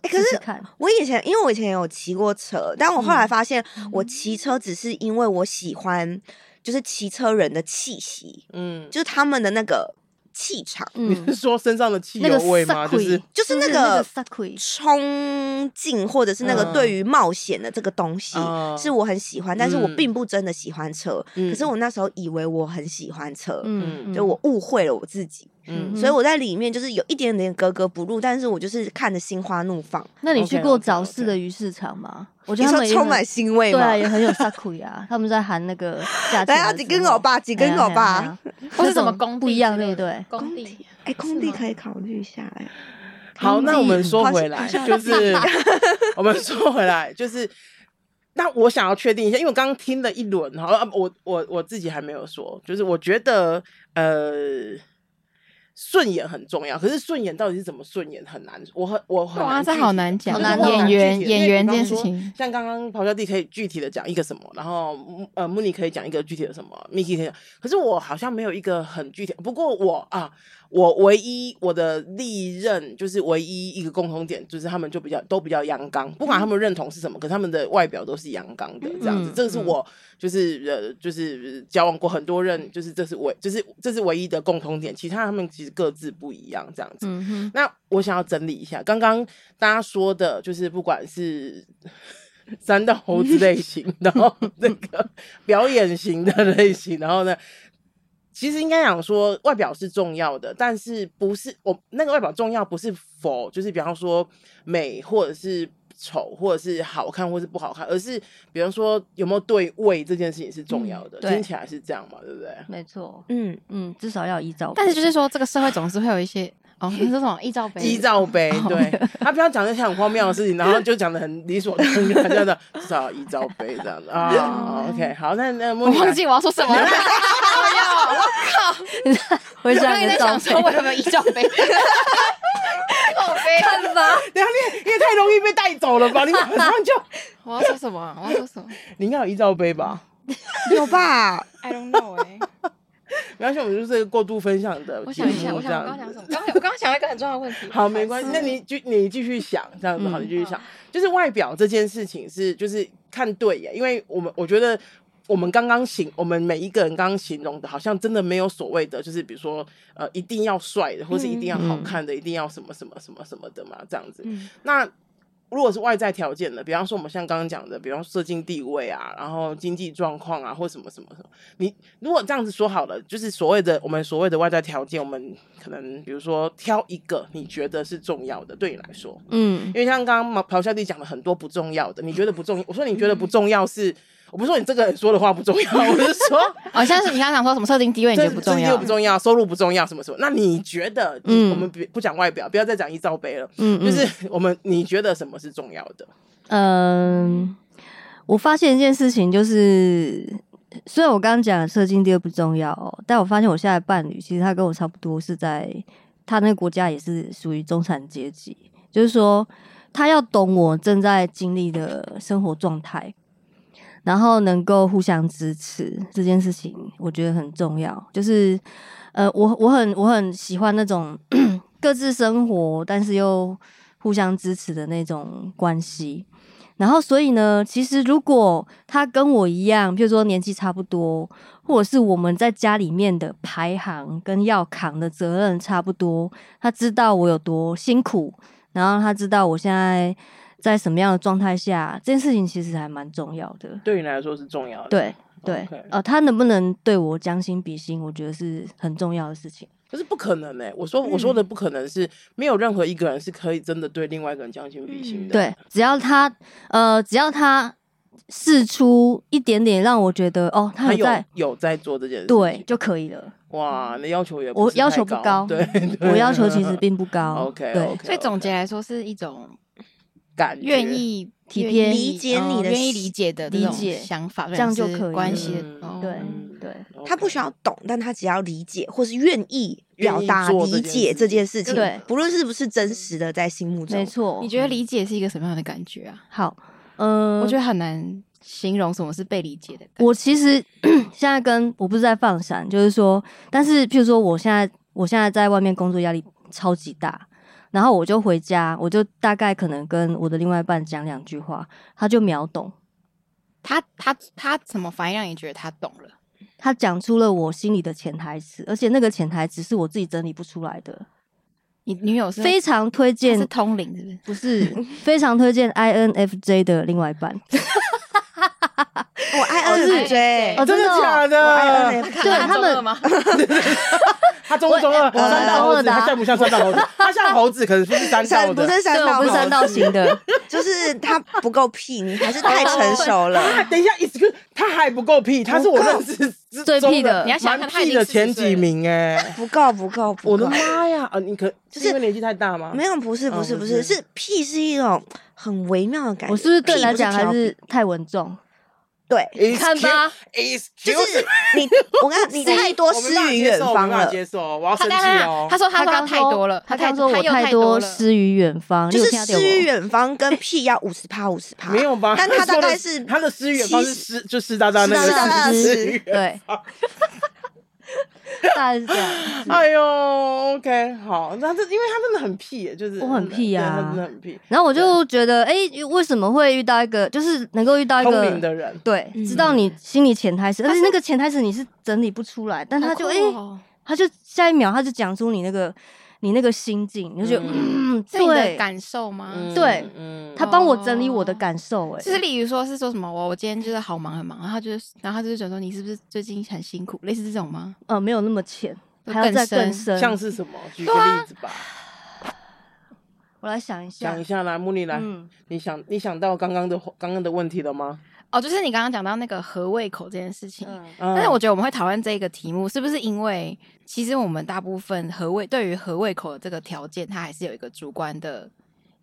S4: 哎可
S2: 试
S4: 是
S2: 试
S4: (laughs)
S2: 看？
S4: 我以前因为我以前有骑过车，但我后
S1: 嗯
S4: 来发现我骑车只是因为我喜欢，就是骑车人的气息，
S1: 嗯，
S4: 就是他们的那个气场，
S1: 你
S2: 嗯
S1: 是，说身上的汽
S2: 那
S1: 油
S2: 个
S1: 味吗？就
S2: sakui
S1: 是
S4: 就是那
S2: 那个
S4: 个
S2: sakui，
S4: 冲劲或者是那个
S1: 嗯
S4: 对于冒险的这个东西，
S1: 嗯
S4: 是我很喜欢，但是我
S1: 嗯
S4: 并不真的喜欢车。
S1: 嗯
S4: 可是我那时候以为我很喜欢车，
S1: 嗯
S2: 嗯，
S4: 就我误会了我自己，
S1: 嗯
S4: 所以我在里面就是有一点点格格不入，但是我就是看着心花怒放。
S2: 那你
S1: OK，
S2: 去过
S1: OK，
S2: 早市
S1: OK
S2: 的鱼市场吗？我觉
S4: 你
S2: 得他
S4: 说
S2: 们也
S4: 充
S2: 很
S4: 满欣慰
S2: 对
S4: 吗
S2: 啊，？也很有 sakui 啊，他们在喊那个价钱的时候。
S4: 来啊，几根狗吧，几
S2: 哎呀，
S4: 根狗
S2: 哎
S4: 吧 (laughs)
S2: 呀。哎呀
S3: 或是什
S2: 那
S3: 么
S2: 种
S3: 工地
S2: 不一样，
S3: 之
S2: 对
S3: 类
S2: 不
S3: 的
S2: 对？
S3: 工
S4: 工
S3: 地，
S4: 哎，空地可以考虑一下哎。
S1: 好，那我们说
S4: 好
S1: 回
S4: 像
S1: 来，
S4: 好像
S1: 就是
S2: (laughs)
S1: 我们说回来，就是那我想要确定一下，因为我刚刚听了一轮，好，啊我我我自己还没有说，就是我觉得呃。顺眼很重要，可是顺眼到底是怎么顺眼很难，我很我很
S3: 哇，
S1: 难
S3: 这
S1: 具
S3: 好
S1: 体
S3: 难讲，啊
S2: 好难
S3: 演
S2: 讲
S3: 员演员这件事。
S1: 因为你刚刚说
S3: 情，
S1: 像刚刚咆哮帝可以具体的讲一个什么，然后呃穆尼可以讲一个具体的什么，Miki 可以讲，可是我好像没有一个很具体。不过我啊，我唯一我的历任就是唯一一个共同点，就是他们就比较都比较阳刚，不管他们认同是什么，可是他们的外表都是阳刚的这样子。
S2: 嗯
S1: 这个是我就是呃就是交往过很多任，就是这是唯就是这是唯一的共同点，其他他们其实各自不一样这样子。
S2: 嗯
S3: (laughs)
S2: 哼，
S1: 那我想要整理一下，刚刚大家说的，就是不管是 (laughs) 三道猴子类型，然后那个表演型的类型，然后呢，其实应该讲说外表是重要的，但是不是我那个外表重要不是否就是比方说美或者是。丑或者是好看，或是不好看，而是比方说有没有对位这件事情是重要的，
S2: 嗯对
S1: 听起来是这样嘛，对不对？
S2: 没错， (laughs)
S4: 嗯，
S2: 嗯，至少要依照。
S3: 但是就是说，这个社会总是会有一些哦，你说什么依照北
S1: 依照杯，
S3: 哦
S1: 对他不要讲那些很荒谬的
S3: (laughs)
S1: 事情，然后就讲的很理所当然，这样的至少要依照杯这样子啊。OK，好，那那莫
S3: 哦我
S1: 妮卡
S3: 忘记我要说什么了。哎呦
S2: 回
S3: 我
S2: 想
S3: 刚
S2: 你的
S3: 才在
S2: 照
S3: 想说
S2: 片，
S3: 我有没有依照杯， (laughs) 靠杯。
S2: 看吧，
S1: 等一下你也你也太容易被带走了
S3: (laughs)
S1: 吧？你马上就
S3: 我要说什么啊？我要说什么
S1: 你应该有依照杯吧？
S4: 有吧？
S3: ？I don't know 哎。
S1: 没关系，我们就是过度分享的
S3: (laughs) 我
S1: 节
S3: 想一下，
S1: 目
S3: 我
S1: 这
S3: 想我刚刚
S1: 样
S3: 讲
S1: 子
S3: 什。么？刚才我刚刚想到一个很重要的问题。
S1: 好，没关系，那
S3: 你。
S1: 你继你继续想这样子，好，
S2: 嗯
S1: 你继续想，就是外表这件事情是就是看对耶，因为我们我觉得我们刚刚形，我们每一个人刚刚形容的，好像真的没有所谓的，就是比如说呃，一定要帅的，或是一定要好看的，一定要什么什么什么什么的嘛，这样子。
S3: 嗯
S1: 那如果是外在条件的，比方说我们像刚刚讲的，比方说社经地位啊，然后经济状况啊，或什么什么什么，你如果这样子说好了，就是所谓的我们所谓的外在条件，我们可能比如说挑一个你觉得是重要的，对你来说，
S2: (laughs) 嗯
S1: 因为像刚刚咆咆哮帝讲了很多不重要的，你觉得不重要，我说你觉得不重要是，我不是说你这个人说的话不重要，我是说
S3: 哦，像是你刚刚讲说什么设定低位，你觉
S1: 这
S3: 得不重
S1: 这又
S3: 要
S1: 不？重要，收入不重要，什么什么，那你觉得，
S2: 嗯
S1: 我们不不讲外表，不要再讲一罩杯了， (laughs)
S2: 嗯，
S1: 就是我们你觉得什么是重要的？
S2: 嗯，我发现一件事情，就是虽然我刚刚讲射精第二不重要、哦，但我发现我现在的伴侣其实他跟我差不多是在他那个国家也是属于中产阶级，就是说他要懂我正在经历的生活状态，然后能够互相支持这件事情，我觉得很重要。就是呃，我我很我很喜欢那种各自生活，但是又互相支持的那种关系。然后，所以呢，其实如果他跟我一样，譬如说年纪差不多，或者是我们在家里面的排行跟要扛的责任差不多，他知道我有多辛苦，然后他知道我现在在什么样的状态下，这件事情其实还蛮重要的。
S1: 对你来说是重要的。
S2: 对对
S1: OK，
S2: 呃，他能不能对我将心比心，我觉得是很重要的事情。
S1: 可是不可能哎、我说我说
S2: 嗯
S1: 的不可能是没有任何一个人是可以真的对另外一个人将心比心的。
S2: 嗯对，只要他呃，只要他试出一点点让我觉得哦，
S1: 他
S2: 他有
S1: 有
S2: 在
S1: 有在做这件事。
S2: 对，就可以了。
S1: 哇，你要求也
S2: 我
S1: 是
S2: 要
S1: 太
S2: 求不
S1: 高，
S2: 高嗯
S1: 对，对
S2: 我要求其实
S1: (laughs)
S2: 并不高。
S1: OK，
S2: 对
S1: OK，哦
S3: 所以总结来说是一种
S1: 感觉
S3: 愿意
S2: 体
S3: 愿
S2: 贴
S3: 意
S4: 理解你
S3: 嗯
S4: 的
S3: 愿意理解的这
S2: 理
S3: 种
S2: 解
S3: 想法，
S2: 这样就可以了
S3: 关系的
S1: 嗯
S3: 哦
S2: 对
S1: 嗯
S2: 对
S4: 他不需要懂，但他只要理解或是愿意表达
S1: 愿意做这
S4: 理
S1: 件
S4: 解
S1: 事
S4: 这件事
S2: 情
S4: 情，
S2: 对
S4: 不论是不是真实的在心目
S2: 没
S4: 中。
S2: 错。
S3: 你觉得理解是一个什么样的感觉啊？
S2: 好？嗯、
S3: 我觉得很难形容什么是被理解的感觉。
S2: 我其实 (clears throat) 现在跟我不是在放闪，就是说，但是譬如说，我现在我现在在外面工作压力超级大，然后我就回家，我就大概可能跟我的另外一半讲两句话，他就秒懂，
S3: 他他他怎么反应让你觉得他懂了？
S2: 他讲出了我心里的潜台词，而且那个潜台词是我自己整理不出来的，
S3: 你女友是
S2: 非常推
S3: 她是
S2: 荐。
S3: 通灵是不是？
S2: 不
S3: (laughs)
S2: 是非常推荐 INFJ 的另外一半，
S4: 我爱 INFJ，
S2: 哦
S1: 哎真的
S2: 真的哦
S1: 假
S4: 我
S1: 的？
S4: 爱 INFJ，
S2: 对 (laughs) 他们
S3: 吗？
S1: 他中不中二？
S2: 我
S1: 三道
S2: 中
S1: 猴
S2: 二
S1: 子，
S2: 的啊
S1: 他像不像三道猴子？
S2: (laughs)
S1: 他像猴子，可是不是三道
S4: 呃三不
S1: 的。
S4: 是三
S2: 对，我
S4: 道，
S2: 不是三道，型的，
S4: 就是他不够 (laughs) 屁，你还是太成熟
S1: 啊
S2: (laughs)
S4: 了。
S1: 等一下，意思就是他还不够屁，他是我认识之
S2: 最
S1: 中
S2: 屁的
S1: 的，
S2: 你
S3: 要想
S1: 蛮
S3: 想他已
S1: 屁
S3: 经
S1: 的前
S3: 40岁
S1: 几
S3: 了
S1: 名哎，
S4: 不够，不够，不
S1: (laughs) 我的
S4: 够。
S1: 妈呀！啊，你可
S4: 就是
S1: 是因为年纪太大吗？
S4: 没有，不是，
S1: 哦
S4: 不是，
S1: 不
S4: 不
S1: 是
S4: 是，是屁是一种很微妙的感觉。
S2: 我是不是对
S4: 屁
S2: 你来讲
S4: 挑
S2: 还是太稳重？
S1: (laughs)
S4: 对？
S1: Excuse-
S2: 看吧
S4: 就
S1: ，excuse (laughs)
S4: 是你，我刚你太多
S1: 我没
S4: 施
S1: 办法
S4: 于
S1: 接
S4: 远
S1: 受我
S4: 方
S1: 没办
S4: 了
S1: 法。接受哦，我要
S3: 他
S1: 生气
S3: 当然
S1: 哦
S3: 他。说他说他
S2: 刚
S3: 太
S2: 说
S3: 多了，
S2: 他
S3: 太
S2: 刚说
S3: 他
S2: 我
S3: 又
S2: 太
S3: 多
S2: 多
S3: 了。
S2: 失于远方，
S4: 就
S2: 哦你有
S4: 是
S2: 听到
S4: 诗与
S2: 我
S4: 远方跟屁要五十趴五十趴，
S1: 哦没有吧？
S4: 但他
S1: 说
S4: 大概
S1: 的
S4: 是
S1: 他的诗远方是诗，就湿哒哒那
S4: 湿哒哒
S1: 个
S4: 的
S1: 诗
S4: 诗
S1: 诗远。
S2: 对，
S4: (laughs)
S2: 大概是这样。
S1: 哎呦，OK，好，那这因为他真的很屁耶，就是
S2: 我很屁啊
S1: 对他真的很屁，
S2: 然后我就觉得，哎、为什么会遇到一个，就是能够遇到一
S1: 通灵的
S2: 个，
S1: 人。
S2: 对
S4: 嗯，
S2: 知道你心里潜台词，而且那个潜台词你是整理不出来，但他就哎、
S3: 好酷哦
S2: 他就下一秒他就讲出你那个你那个心境，你就觉得
S1: 嗯
S2: 嗯，
S3: 是你的
S2: 对，
S3: 感受吗？
S1: 嗯
S2: 对，
S1: 嗯
S2: 他帮我整理我的感受、
S3: 就
S2: 哎
S3: 是，例如说是说什么我我今天就是好忙很忙，然后他就是然后他就是想说你是不是最近很辛苦，类似这种吗？
S2: 呃，没有那么浅，
S3: 就
S2: 还要再
S3: 更
S2: 更
S3: 深
S2: 深。
S1: 像是什么？举个例子吧，
S2: 我来想一下
S1: 讲一，下来，木尼来，
S2: 嗯，
S1: 你想你想到刚刚的刚刚的问题了吗？
S3: 哦，就是你刚刚讲到那个合胃口这件事情，
S1: 嗯
S3: 但是我觉得我们会讨论这个题目，是不是因为其实我们大部分合胃对于合胃口的这个条件，它还是有一个主观的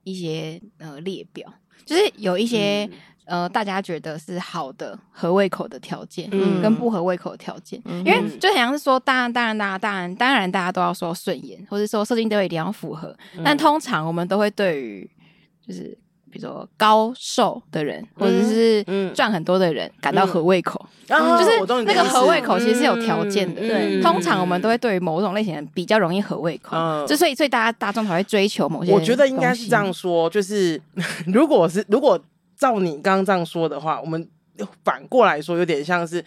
S3: 一些呃列表，就是有一
S1: 嗯
S3: 些、呃大家觉得是好的合胃口的条件，
S1: 嗯
S3: 跟不合胃口的条件。
S2: 嗯
S3: 因为
S1: 嗯
S3: 就好像是说，当然，当然，大家当然，当然，大家都要说顺眼，或者说设定都一定要符合。
S1: 嗯
S3: 但通常我们都会对于就是比如说高瘦的人，或者是
S1: 嗯
S3: 赚很多的人感到合胃口。
S1: 啊
S3: 就是
S1: 我懂你的
S3: 那个
S1: 意思
S3: 合胃口其实是有条件的，
S1: 嗯
S2: 对
S3: 通常我们都会对于某种类型的人比较容易合胃口，
S1: 嗯
S3: 就所以所以大家大众才会追求某些。
S1: 我觉得应该是这样，说，就是 (laughs) 如果是如果照你刚刚这样说的话，我们反过来说，有点像是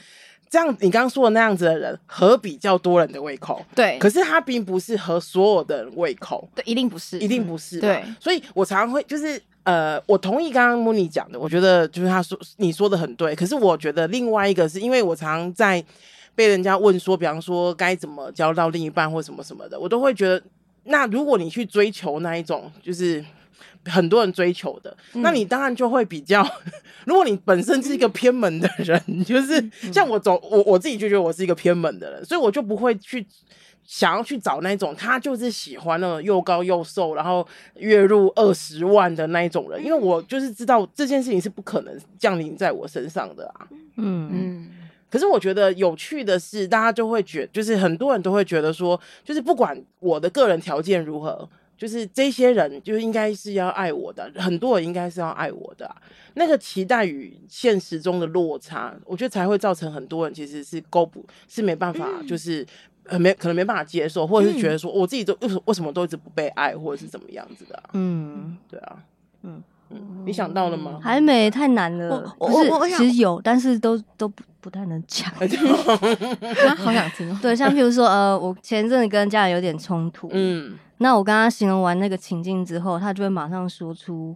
S1: 这样。你刚刚说的那样子的人，合比较多人的胃口，
S3: 对，
S1: 可是他并不是合所有的人胃口，
S3: 对一定不是，
S1: 一定不是嘛。
S3: 对
S1: 所以我常常会就是。呃，我同意刚刚 Mooney 讲的，我觉得就是他说你说的很对，可是我觉得另外一个是因为我常在被人家问说，比方说该怎么交到另一半或什么什么的，我都会觉得，那如果你去追求那一种就是很多人追求的，那你当然就会比较。如果你本身是一个偏门的 (laughs) 人，就是像我总我我自己就觉得我是一个偏门的人，所以我就不会去想要去找那种他就是喜欢那种又高又瘦，然后月入二十万的那一种人，因为我就是知道这件事情是不可能降临在我身上的啊。
S2: 嗯，
S3: 嗯，
S1: 可是我觉得有趣的是，大家就会觉，就是很多人都会觉得说，就是不管我的个人条件如何，就是这些人就应该是要爱我的，很多人应该是要爱我的啊、那个期待与现实中的落差，我觉得才会造成很多人其实是勾不，是没办法，就是。呃，没可能没办法接受，或者是觉得说、我自己都为什么为什么都一直不被爱，或者是怎么样子的啊、
S2: 嗯，
S1: 对啊，嗯
S2: 嗯
S1: 嗯，你想到了吗？
S2: 还没太难了，
S4: 我
S2: 不
S4: 我我我
S2: 是，
S4: 想
S2: 其实有，但是都都不不太能讲。 (laughs)
S3: 啊好想听哦。
S2: 对，像譬如说，呃，我前阵子跟家人有点冲突，
S1: (laughs) 嗯，
S2: 那我跟他形容完那个情境之后，他就会马上说出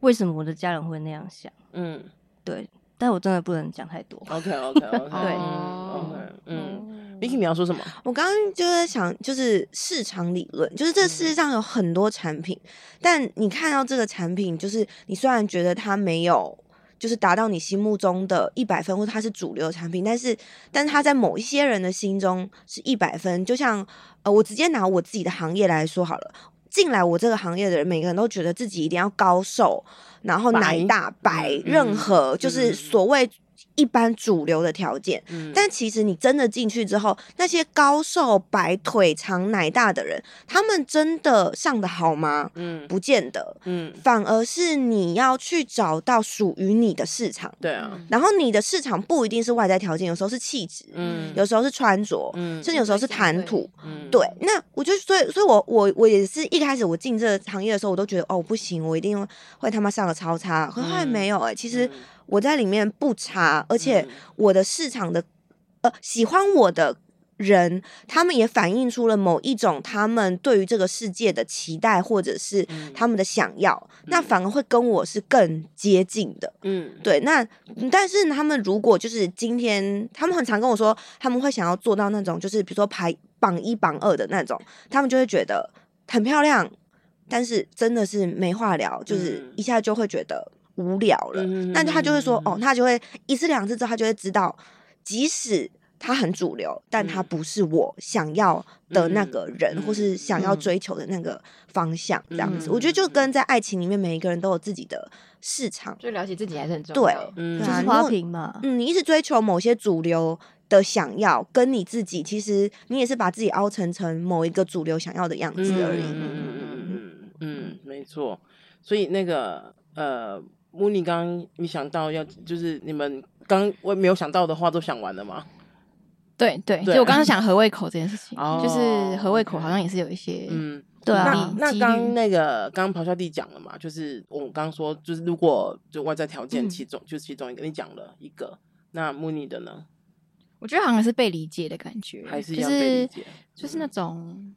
S2: 为什么我的家人会那样想。
S1: 嗯
S2: 对，但我真的不能讲太多。
S1: (laughs) ，OK OK OK，
S3: 对
S1: 嗯 OK，嗯
S4: 哦
S3: 嗯，
S1: ，Vicky 你要说什么？
S4: 我刚刚就在想，就是市场理论，就是这
S1: 嗯
S4: 世界上有很多产品，但你看到这个产品，就是你虽然觉得它没有。就是达到你心目中的一百分，或它是主流产品，但是，但它在某一些人的心中是一百分。就像，呃，我直接拿我自己的行业来说好了，进来我这个行业的人，每个人都觉得自己一定要高瘦，然后奶
S1: 白
S4: 大白，
S1: 嗯
S4: 任何
S1: 嗯
S4: 就是所谓一般主流的条件。
S1: 嗯
S4: 但其实你真的进去之后，那些高瘦、白腿、长奶大的人，他们真的上的好吗？
S1: 嗯
S4: 不见得，
S1: 嗯，
S4: 反而是你要去找到属于你的市场。
S1: 对啊，
S4: 然后你的市场不一定是外在条件，有时候是气质，
S1: 嗯，
S4: 有时候是穿着，
S1: 嗯
S4: 甚至有时候是谈吐。
S1: 嗯
S4: 对，那我就所以，所以我我我也是一开始我进这个行业的时候，我都觉得哦不行，我一定会他妈上的超差。可是后来
S1: 嗯
S4: 没有哎、其实
S1: 嗯
S4: 我在里面不差，而且
S1: 嗯
S4: 我的市场的呃喜欢我的人，他们也反映出了某一种他们对于这个世界的期待，或者是
S1: 嗯
S4: 他们的想要，那
S1: 嗯
S4: 反而会跟我是更接近的。
S1: 嗯，
S4: 对，那嗯但是他们如果就是今天，他们很常跟我说，他们会想要做到那种，就是比如说排榜一、榜二的那种，他们就会觉得很漂亮，但是真的是没话聊，就是
S1: 嗯
S4: 一下就会觉得无聊了。
S1: 嗯
S4: 那他就会说，哦，
S1: 嗯
S4: 他就会一次两次之后，他就会知道，即使他很主流，但他
S1: 嗯
S4: 不是我想要的那
S1: 嗯
S4: 个人，或是想要
S1: 嗯
S4: 追求的那个方向，这样子。
S1: 嗯
S4: 我觉得就跟在爱情里面，每一个人都有自己的市场。
S3: 就了解自己还是很重
S4: 对
S3: 要。
S1: 嗯
S4: 对
S2: 就
S4: 啊
S2: 是
S4: 如
S2: 花
S4: 果
S2: 瓶嘛，
S4: 嗯，你一直追求某些主流的想要，跟你自己其实你也是把自己凹成成某一个主流想要的样子而已。
S1: 嗯嗯嗯嗯嗯，没错。所以那个呃，穆尼刚刚你想到要就是你们刚我没有想到的话都想完了吗？
S3: 对对，
S1: 对
S3: 就我刚刚想合胃口这件事情，
S1: 哦
S3: 就是合胃口好像也是有一些，
S1: 嗯，
S2: 对
S1: 那
S2: 啊
S3: 嗯，
S1: 那
S3: 几率
S1: 刚那个刚咆哮帝讲了嘛，就是我刚说就是如果就外在条件
S3: 嗯
S1: 其中就是其中一个，你讲了一个。那穆尼的呢？
S3: 我觉得好像是被理解的感觉，
S1: 还是
S3: 就
S1: 要被理
S3: 是
S1: 解？嗯
S3: 就是那种，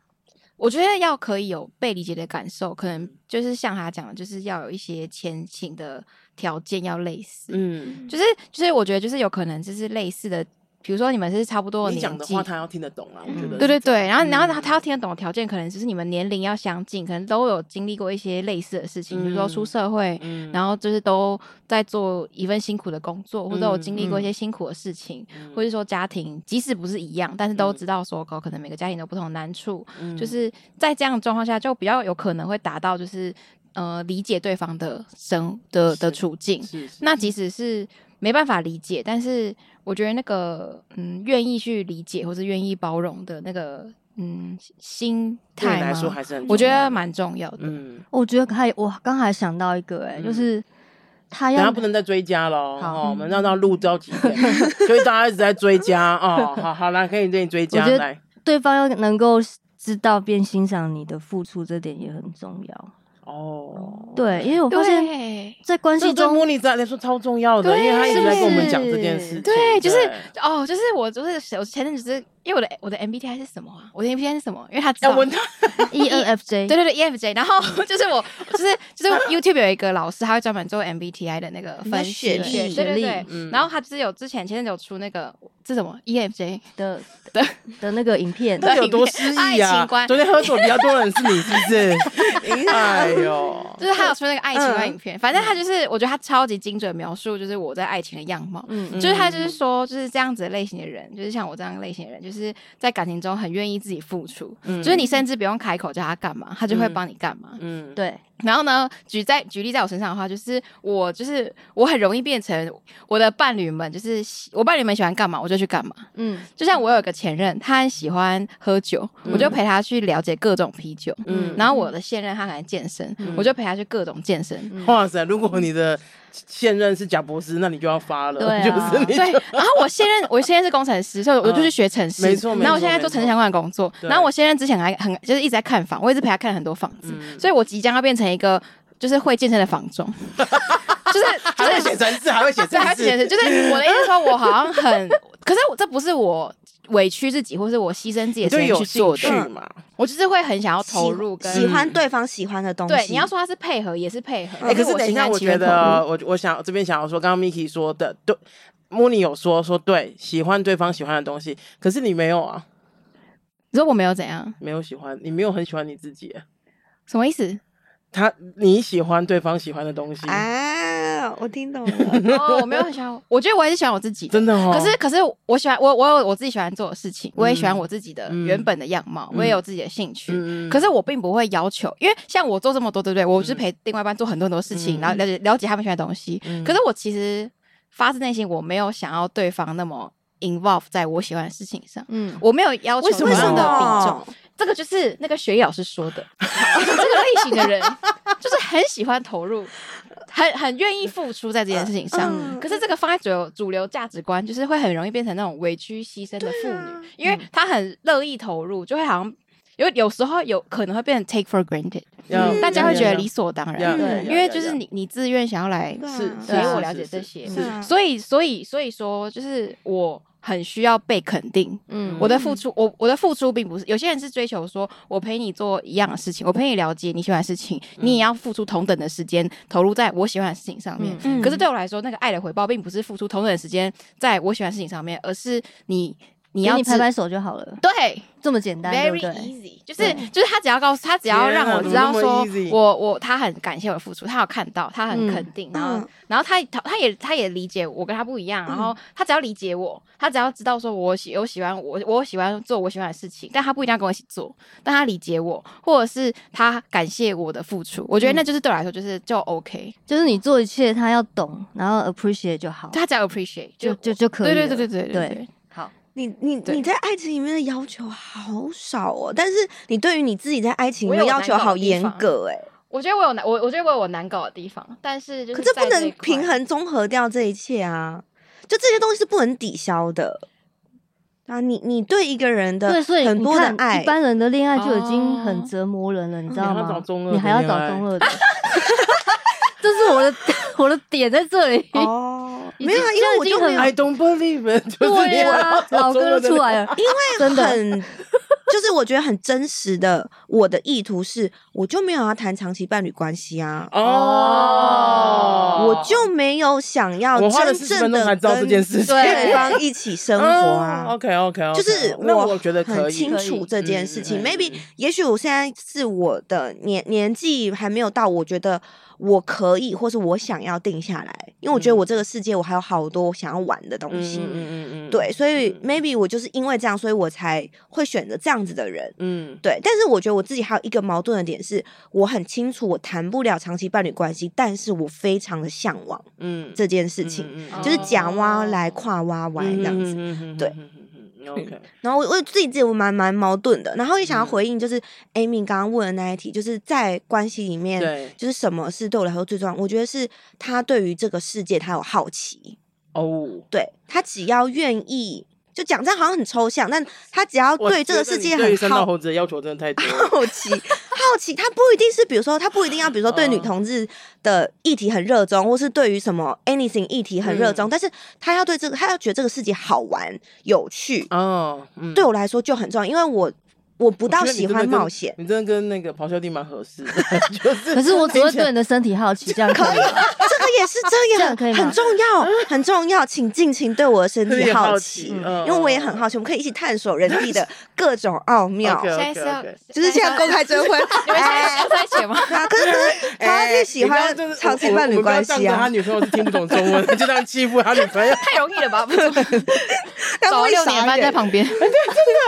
S3: 我觉得要可以有被理解的感受，可能就是像他讲的，就是要有一些前情的条件要类似，
S1: 嗯，
S3: 就是就是我觉得就是有可能就是类似的，比如说你们是差不多
S1: 你
S3: 年纪，嗯
S1: 讲的话他要听得懂啊，我觉得
S3: 对对对，然后然后
S1: 嗯
S3: 他他要听得懂的条件，可能就是你们年龄要相近，可能都有经历过一些类似的事情，比如说出
S1: 嗯
S3: 社会，
S1: 嗯
S3: 然后就是都在做一份辛苦的工作，或者有经历
S1: 嗯
S3: 过一些辛苦的事情，或者说家庭，即使不是一样，但是都
S1: 嗯
S3: 知道说，哦可能每个家庭有不同的难处，
S1: 嗯
S3: 就是在这样的状况下，就比较有可能会达到就是呃理解对方的生的的
S1: 是
S3: 处境。
S1: 是是
S3: 那即使是没办法理解，但是我觉得那个嗯，愿意去理解或是愿意包容的那个嗯心
S1: 对你
S3: 态
S1: 来说
S3: 吗？
S1: 还是很重要的，
S3: 我觉得蛮重要的。
S1: 嗯，
S2: 我觉得还我刚还想到一个、哎、
S1: 嗯
S2: 就是他
S1: 然
S2: 要
S1: 后不能再追加喽。
S2: 好
S1: 哦，我
S3: 嗯
S1: 们让到录到几点， (laughs) 所以大家一直在追加哦。好好啦，可以对你追加
S2: 我觉得
S1: 来。
S2: 对方要能够知道并欣赏你的付出，这点也很重要。
S1: 哦，
S2: 对，因为我发现，
S3: 对
S2: 在关
S1: 这
S2: 系
S1: 个对
S2: 中
S1: 莫妮子来说超重要的，
S3: 对
S1: 因为她一直在跟我们
S2: 是
S1: 讲这件事情。
S3: 对，就是哦，就是我就是我前阵子就是因为我的我的 MBTI 是什么啊？我的 MBTI 是什么？因为他知道
S1: 要问她
S2: E N F
S3: 对
S2: J，
S3: 对对，EFJ，然后就是我，就是就是 YouTube 有一个老师，他会专门做 MBTI 的那个
S4: 你说
S3: 分
S4: 学
S3: 析，
S4: 历
S3: 对
S2: 学
S3: 对
S2: 历
S3: 对。
S1: 嗯
S3: 然后他就是有之前前阵子有出那个这什么？E EFJ，
S2: 的
S3: 对
S2: 的那个影片，
S1: 到底有多失忆
S3: 爱
S1: 啊
S3: 情？观
S1: 昨天喝酒比较多的人是你，是不是？哎呦，
S3: 就是他有出那个爱情观
S4: 嗯
S3: 影片，反正他就是我觉得他超级精准描述，就是我在爱情的样貌。
S2: 嗯，
S3: 就是他就是说，就是这样子类型的人，就是像我这样类型的人，就是在感情中很愿意自己付出，
S1: 嗯
S3: 就是你甚至不用开口叫他干嘛，他就会
S1: 嗯
S3: 帮你干嘛。
S1: 嗯，
S2: 对，
S3: 然后呢，举在举例在我身上的话，就是我就是我很容易变成我的伴侣们，就是喜我伴侣们喜欢干嘛我就去干嘛。 (laughs)
S2: 嗯，
S3: 就像我有一个前任，他很喜欢喝酒，
S1: 嗯
S3: 我就陪他去了解各种啤酒。
S1: 嗯，
S3: 然后我的现任他很爱健身，
S1: 嗯
S3: 我就陪他去各种健身。
S1: 哇塞！如果你的现任是贾博士，那你就要发了，
S2: 对啊 (laughs)
S1: 就是你 (laughs)
S3: 对，然后我现任我现在是工程师，所以我就去学城
S1: 嗯
S3: 市。
S1: 没错没错
S3: 然后我现在做城市相关的工作。
S1: 对
S3: 然后我现任之前还很就是一直在看房，我一直陪他看很多房子，
S1: 嗯
S3: 所以我即将要变成一个就是会健身的房
S1: (laughs)
S3: 中，就是
S1: 还会
S3: 就是
S1: 写程式，还会写
S3: 对，还
S1: 程
S3: 有解
S1: 式，
S3: 释，就是我的意思是说，我好
S1: (laughs)
S3: 像很，可是我这不是我委屈自己，或是我牺牲自己的时
S1: 就
S3: 间
S1: 有
S3: 去做
S1: 兴趣
S3: 的，
S1: 嘛？
S3: 我就是会很想要投入跟
S4: 喜喜欢对方喜欢的东西。
S3: 对。你要说他是配合，嗯也是配合，
S1: 哎、可是
S3: 我
S1: 等一
S3: 心
S1: 下，
S3: 甘
S1: 我
S3: 情愿
S1: 觉
S3: 投入
S1: 得我我想这边想要说，刚刚 Miki 说的对。莫妮有说说对，喜欢对方喜欢的东西，可是你没有啊，
S3: 你说我没有怎样，
S1: 没有喜欢，你没有很喜欢你自己。欸
S3: 什么意思？
S1: 他你喜欢对方喜欢的东西，
S3: 哎
S4: 啊，我听
S3: (laughs)
S4: 懂了。
S3: (laughs) 哦，我没有很喜欢我，我觉得我还是喜欢我自己的。
S1: 真的哦。
S3: 可是，可是我喜欢我，我有我自己喜欢做的事情，我也喜欢我自己的
S1: 嗯
S3: 原本的样貌，
S1: 嗯
S3: 我也有自己的兴趣。
S1: 嗯，嗯
S3: 可是我并不会要求，因为像我做这么多，对不对？我就是
S1: 嗯
S3: 陪另外一半做很多很多事情，
S1: 嗯
S3: 然后了解了解他们喜欢的东西。
S1: 嗯
S3: 可是我其实发自内心，我没有想要对方那么 involve 在我喜欢的事情上。
S2: 嗯，
S3: 我没有要求
S1: 为什么啊
S3: 那样的比重，
S4: 么？
S3: 这个就是那个学艺老师说的，这个类型
S4: (laughs)
S3: 的人就是很喜欢投入，很很愿意付出在这件事情上。
S4: 嗯
S3: 可是这个放在主流主流价值观，就是会很容易变成那种委屈牺牲的妇女，
S4: 啊嗯
S3: 因为她很乐意投入，就会好像有有时候有可能会变成 take for granted，、
S1: 要
S4: 嗯
S3: 大家会觉
S1: 要
S3: 得
S1: 要
S3: 理所当然，
S1: 要
S4: 对
S1: 要
S3: 因为
S1: 要
S3: 就是
S1: 要
S3: 你嗯你自愿想要来，
S4: 对啊
S1: 是，
S3: 所以
S1: 是
S3: 我
S1: 是
S3: 了解
S1: 是
S3: 这
S1: 是
S3: 些
S1: 是
S4: 对啊
S3: 所以所以所以说就是我很需要被肯定，
S2: 嗯
S3: 我的付出，我我的付出并不是有些人是追求说我陪你做一样的事情，我陪你了解你喜欢的事情，你
S2: 嗯
S3: 也要付出同等的时间投入在我喜欢的事情上面。
S2: 嗯
S3: 可是对我来说，那个爱的回报并不是付出同等的时间在我喜欢的事情上面，而是你你
S2: 给
S3: 要
S2: 你
S3: 知
S2: 拍拍手就好了，
S3: 对
S2: 这么简单，对不
S3: ，very
S2: 对？
S3: easy，就是
S2: 对
S3: 就是他只要告诉他只要让我知道
S1: 天啊
S3: 说
S1: 怎么那么 easy
S3: 我我他很感谢我的付出，他有看到，他很
S2: 嗯
S3: 肯定，然后
S4: 嗯，
S3: 然后他他他也他也理解我跟他不一样，然后他只要理解我，他只要知道说我喜我喜欢我我喜欢做我喜欢的事情，但他不一定要跟我一起做，但他理解我，或者是他感谢我的付出，我觉得那就是对我来说就是就 OK，
S2: 就是你做一切，他要懂，然后 appreciate 就好，
S3: 他只要 appreciate
S2: 就就
S3: 就
S2: 就可以
S3: 对
S2: 了。
S3: 对对对对
S2: 对
S3: 对，
S2: 好，
S4: 你你
S3: 对
S4: 你在爱情里面的要求好少哦，但是你对于你自己在爱情里
S3: 我有
S4: 面要
S3: 难
S4: 求
S3: 搞的
S4: 好
S3: 地
S4: 严
S3: 方
S4: 格哎，
S3: 我觉得我有难我我觉得我有难搞的地方，但是就是
S4: 可这不
S3: 在一
S4: 能
S3: 块
S4: 平衡综合掉这一切啊，就这些东西是不能抵消的。啊，你你对一个人的
S2: 对，所以
S4: 很
S2: 你
S4: 多的
S2: 看，
S4: 爱
S2: 一，般人的恋爱就已经
S3: 哦
S2: 很折磨人了，你知道
S1: 你还要
S2: 吗
S1: 找中二？
S2: 你还要
S1: 的恋
S2: 找
S1: 爱
S2: 中二的， (laughs) 这是我的我的点在这里。
S4: 哦，
S2: 已
S4: 没有啊，
S2: 经
S4: 因为我就没有
S2: 这已经
S1: I
S2: 很
S1: don't believe it，就是你
S2: 对
S1: 要
S2: 啊，老歌都出来了，因为真的
S4: 很，就是我觉得很真实的，我的意图是，我就没有要谈长期伴侣关系啊，
S1: 哦，
S4: 我就没有想要
S1: 我花了
S4: 真
S1: 40分
S4: 正
S1: 钟
S4: 的
S1: 才
S4: 跟
S1: 知道这件事情
S4: 对方一起生
S1: (laughs)
S4: 活啊。
S1: OK OK，
S4: 就是
S1: 哦那我觉得可
S4: 很
S1: 以
S4: 清
S1: 可以
S4: 楚这件事
S1: 嗯
S4: 情
S1: 嗯嗯
S4: ，maybe 也许我现在是我的年年纪还没有到，我觉得我可以，或是我想要定下来，因为我觉得
S1: 嗯
S4: 我这个世界我还有好多想要玩的东西，
S1: 嗯嗯
S4: 对，所以
S1: 嗯
S4: maybe 我就是因为这样，所以我才会选择这样子的人，
S1: 嗯
S4: 对，但是我觉得我自己还有一个矛盾的点是，我很清楚我谈不了长期伴侣关系，但是我非常的向往
S1: 嗯
S4: 这件事情，
S3: 嗯
S4: 就是假蛙
S3: 哦
S4: 来跨蛙来
S1: 嗯
S4: 这样子。
S1: 子
S4: 对
S1: ，OK，
S4: 然后我我自己自己我蛮蛮矛盾的，然后也想
S1: 嗯
S4: 要回应就是 Amy 刚刚问的那一题，就是在关系里面，
S1: 对
S4: 就是什么是对我来说最重要？我觉得是他对于这个世界他有好奇，
S1: 哦。
S4: 对他只要愿意。就讲这样好像很抽象，但他只要
S1: 我
S4: 对这个
S1: 觉得
S4: 世
S1: 你
S4: 界
S1: 对于三
S4: 很
S1: 道
S4: 好
S1: 猴子的要求真的太多
S4: (laughs)
S1: 了。
S4: 好奇，好奇，他不一定是，比如说，他不一定要，比如说对女
S1: 哦
S4: 同志的议题很热衷，或是对于什么 anything 议题很热
S1: 嗯
S4: 衷，但是他要对这个，他要觉得这个世界好玩有趣，
S1: 哦，嗯，
S4: 对我来说就很重要，因为我我不
S1: 我
S4: 到
S1: 觉得你
S4: 喜
S1: 真的
S4: 欢
S1: 跟
S4: 冒险，
S1: 你真的跟那个咆哮帝蛮合适的，
S4: (laughs)
S1: 就是。
S2: 可是我只会
S1: 听起来
S2: 对你的身体好奇，这样可以吗？
S4: 这个也是，这
S2: 这
S4: 个也
S2: 样可以吗
S4: 很很重要，很重要，请尽情对我的身
S1: 对
S4: 体
S1: 也好
S4: 好
S1: 奇
S4: 奇，
S1: 嗯
S4: 因为我也很好奇，我们可以一起探索人体的各种奥妙。
S1: OK
S3: 现在是要
S1: OK，OK
S4: 就是现在公开征婚，
S3: 你们现在是在一起吗？
S4: 啊可是他
S1: 哎
S4: 是喜欢
S1: (laughs) 你不要就是
S4: 长期伴侣关系
S1: 我我我们不要仗着他 (laughs)
S4: 啊。 (laughs)
S1: 女朋友是听不懂中文，就这样欺负他女朋友。
S3: 太容易了吧？不是
S4: 他
S3: 走
S4: 们
S3: 了
S4: 会
S3: 六年
S4: 傻
S3: 半
S4: 眼
S3: 在旁
S1: (laughs)
S3: 边，
S4: 啊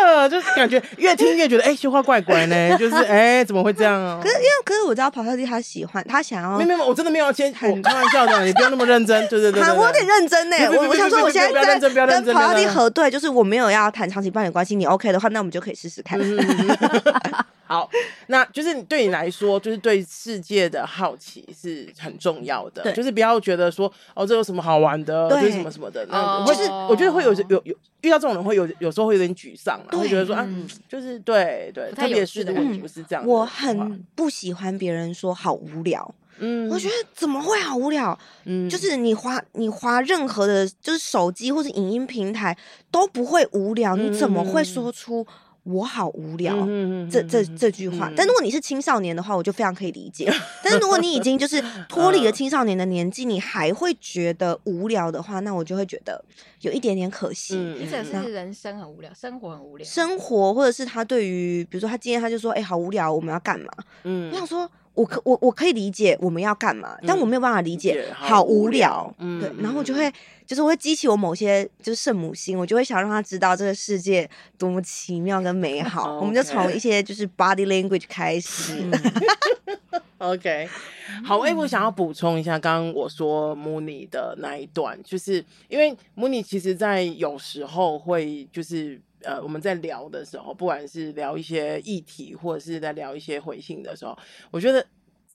S1: 呃，就是感觉 (laughs) 越听越觉得，哎、这话怪怪呢，就是哎、怎么会这样哦、
S4: 可是因为可是我知道跑特地他喜欢他想要
S1: 没有没有，我真的没有先，我开玩笑的，你不要那么认真，对对对
S4: 啊，我有点认真呢、
S1: 对对对
S4: 我我想说，我现
S1: 对对对不要
S4: 在
S1: 认真不要
S4: 在
S1: 认真
S4: 跟跑到
S1: 对
S4: 地
S1: 对对
S4: 核对，就是我没有要谈长期伴侣关系，你 OK 的话，那我们就可以试试看。
S1: 嗯好， (laughs) 那就是对你来说，就是对世界的好奇是很重要的，
S4: 对
S1: 就是不要觉得说哦，这有什么好玩的，这
S4: 对
S1: 是什么什么的，那
S3: 哦
S1: 会是我觉得会有有有遇到这种人会有有时候会有点沮丧啦，
S4: 对
S1: 会觉得说啊
S3: 嗯，
S1: 就是对对，
S3: 不
S1: 特
S3: 太有
S1: 别
S3: 趣
S1: 是
S3: 的
S1: 如果
S3: 感
S1: 你
S3: 觉
S1: 不是这样的话，
S4: 我很不喜欢别人说好无聊，
S1: 嗯
S4: 我觉得怎么会好无聊？
S1: 嗯
S4: 就是你滑你滑任何的，就是手机或是影音平台都不会无聊，
S1: 嗯
S4: 你怎么会说出我好无聊？
S1: 嗯
S4: 这这这句话，但如果你是青少年的话，我就非常可以
S1: (laughs)
S4: 理解。但是如果你已经就是
S1: 嗯
S4: 脱离了青少年的年纪，你还会觉得无聊的话，那我就会觉得有一点点可惜。
S1: 嗯
S3: 你只
S1: 嗯
S3: 是人生很无聊，生活很无聊，
S4: 生活或者是他对于，比如说他今天他就说，哎、好无聊，我们要干嘛？
S1: 嗯嗯
S4: 我想说，我可我我可以理解我们要干嘛，但我没有办法理
S1: 理
S4: 解
S1: 解，好
S4: 好无
S1: 无
S4: 聊
S1: 聊。嗯
S4: 对
S1: 嗯，
S4: 然后我就
S1: 嗯
S4: 会，就是我会激起我某些就是圣母心，我就会想让他知道这个世界多么奇妙跟
S1: (laughs)
S4: 美好。我们就
S1: OK
S4: 从一些就是 body language 开始。
S1: OK，好，哎、我想要补充一下，刚刚我说 Mooney 的那一段，就是因为 Mooney 其实在有时候会就是。呃，我们在聊的时候，不管是聊一些议题，或者是在聊一些回信的时候，我觉得，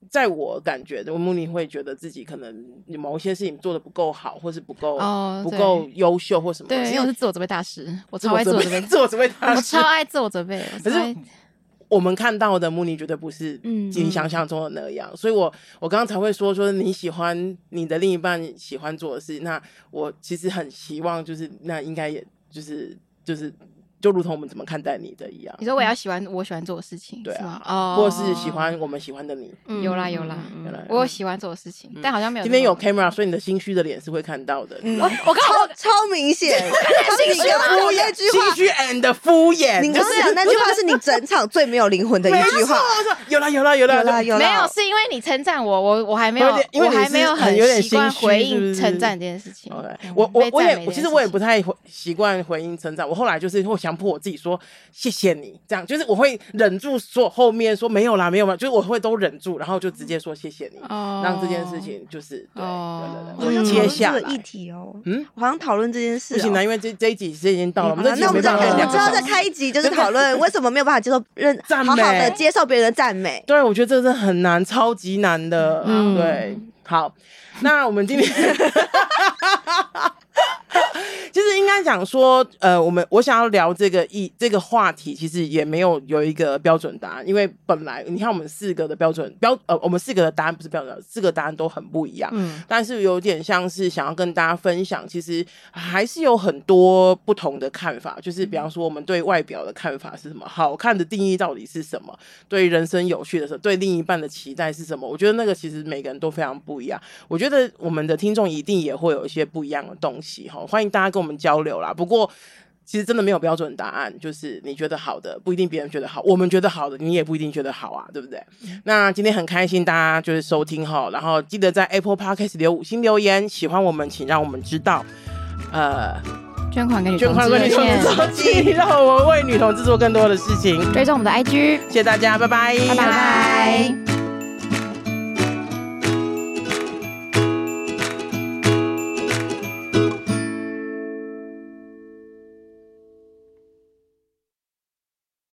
S1: 在我感觉，我 Mooney 会觉得自己可能某一些事情做的不够好，或是不够、
S3: 哦
S1: 不
S3: 对
S1: 够优秀或什么的。
S3: 对，因为我是自我准备大师，我超爱自
S1: 自
S3: 我
S1: 我
S3: 准
S1: 准备， (laughs)
S3: 备，
S1: 自我准备大
S3: (laughs) 我
S1: 师
S3: 超爱自我准备，我
S1: 可
S3: 超爱
S1: 是我们看到的慕尼绝对不是
S4: 嗯
S1: 你想象中的那样，所以我我刚刚才会说说你喜欢你的另一半喜欢做的事，那我其实很希望就是那应该也就是就是就如同我们怎么看待你的一样
S3: 你，说我也要喜欢我喜欢做的事情，
S1: 对
S3: 是
S1: 啊
S3: 吗？哦，嗯
S1: 或是喜欢嗯我们喜欢的你。
S4: 嗯
S3: 有啦有啦，
S1: 原来
S3: 我有喜欢做的事情，但好像没有
S1: 嗯今天有
S3: 这么
S1: camera，所以你的心虚的脸是会看到的。
S4: 嗯
S3: 我我刚
S4: 超超明显，你刚刚说那句
S1: 心
S4: 话，
S1: 虚 and 敷衍，
S4: 你
S1: 就
S4: 刚
S1: 是
S4: 刚讲那句话是你整场最没有灵魂的一句话。
S1: 没错有啦有啦有啦
S4: 有啦有啦，
S3: 没有，是因为你称赞我，我我还没有
S1: 有点，因为
S3: 我
S1: 你
S3: 还没
S1: 是
S3: 很
S1: 很有点
S3: 习惯
S1: 心虚
S3: 回
S1: 是
S3: 应
S1: 不是
S3: 称赞这件事情
S1: OK，。
S3: 嗯
S1: 哦我我
S3: 被赞
S1: 我也
S3: 美
S1: 我
S3: 这
S1: 其
S3: 件
S1: 实我也
S3: 事
S1: 不太回习惯回应称赞，我后来就是会强迫我自己说谢谢你，这样就是我会忍住说后面说没有啦没有啦，就是我会都忍住，然后就直接说谢谢你，
S3: 情哦
S1: 让这件事情就是对
S3: 哦
S1: 对
S4: 我
S1: 对对，
S4: 好像
S1: 我接
S4: 讨论这
S1: 下
S4: 个
S1: 来
S4: 议题哦，
S1: 嗯
S4: 嗯，我好像讨论这件事
S1: 不
S4: 哦。
S1: 行啦，因为这这一集时间已经到了，我们这
S4: 好
S1: 集
S4: 那我
S1: 没
S4: 们再
S1: 办法
S4: 我
S1: 聊
S4: 们之后
S1: 两个
S4: 再
S1: 小时。
S4: 开一集，就是讨论为什么没有办法接受认
S1: 赞
S4: 好好的
S1: 美
S4: 接受别人的赞美。
S1: 对，我觉得这真的很难，超级难的。啊
S2: 嗯
S1: 对，好，那我们今天 (laughs) 就是应该讲说，呃，我们我想要聊这个议这个话题，其实也没有有一个标准答案，因为本来你看我们四个的标准标呃，我们四个的答案不是标准，四个答案都很不一样。
S2: 嗯
S1: 但是有点像是想要跟大家分享，其实还是有很多不同的看法。就是比方说，我们对外表的看法是什么？好看的定义到底是什么？对人生有趣的时候，对另一半的期待是什么？我觉得那个其实每个人都非常不一样。我觉得我们的听众一定也会有一些不一样的东西哈，欢迎大家跟我们交流啦。不过。其实真的没有标准答案，就是你觉得好的不一定别人觉得好，我们觉得好的你也不一定觉得好啊，对不对？那今天很开心大家就是收听哈，然后记得在 Apple Podcast 留五星留言，喜欢我们请让我们知道。呃，
S3: 捐款给女
S1: 捐
S3: 同
S1: 款
S3: 志
S1: 为
S3: 热
S1: 女同
S3: 线
S1: 志， (laughs) 做记，让我们为女同志做更多的事情。
S3: 追踪我们的 IG，
S1: 谢谢大家，拜拜，
S3: 拜拜。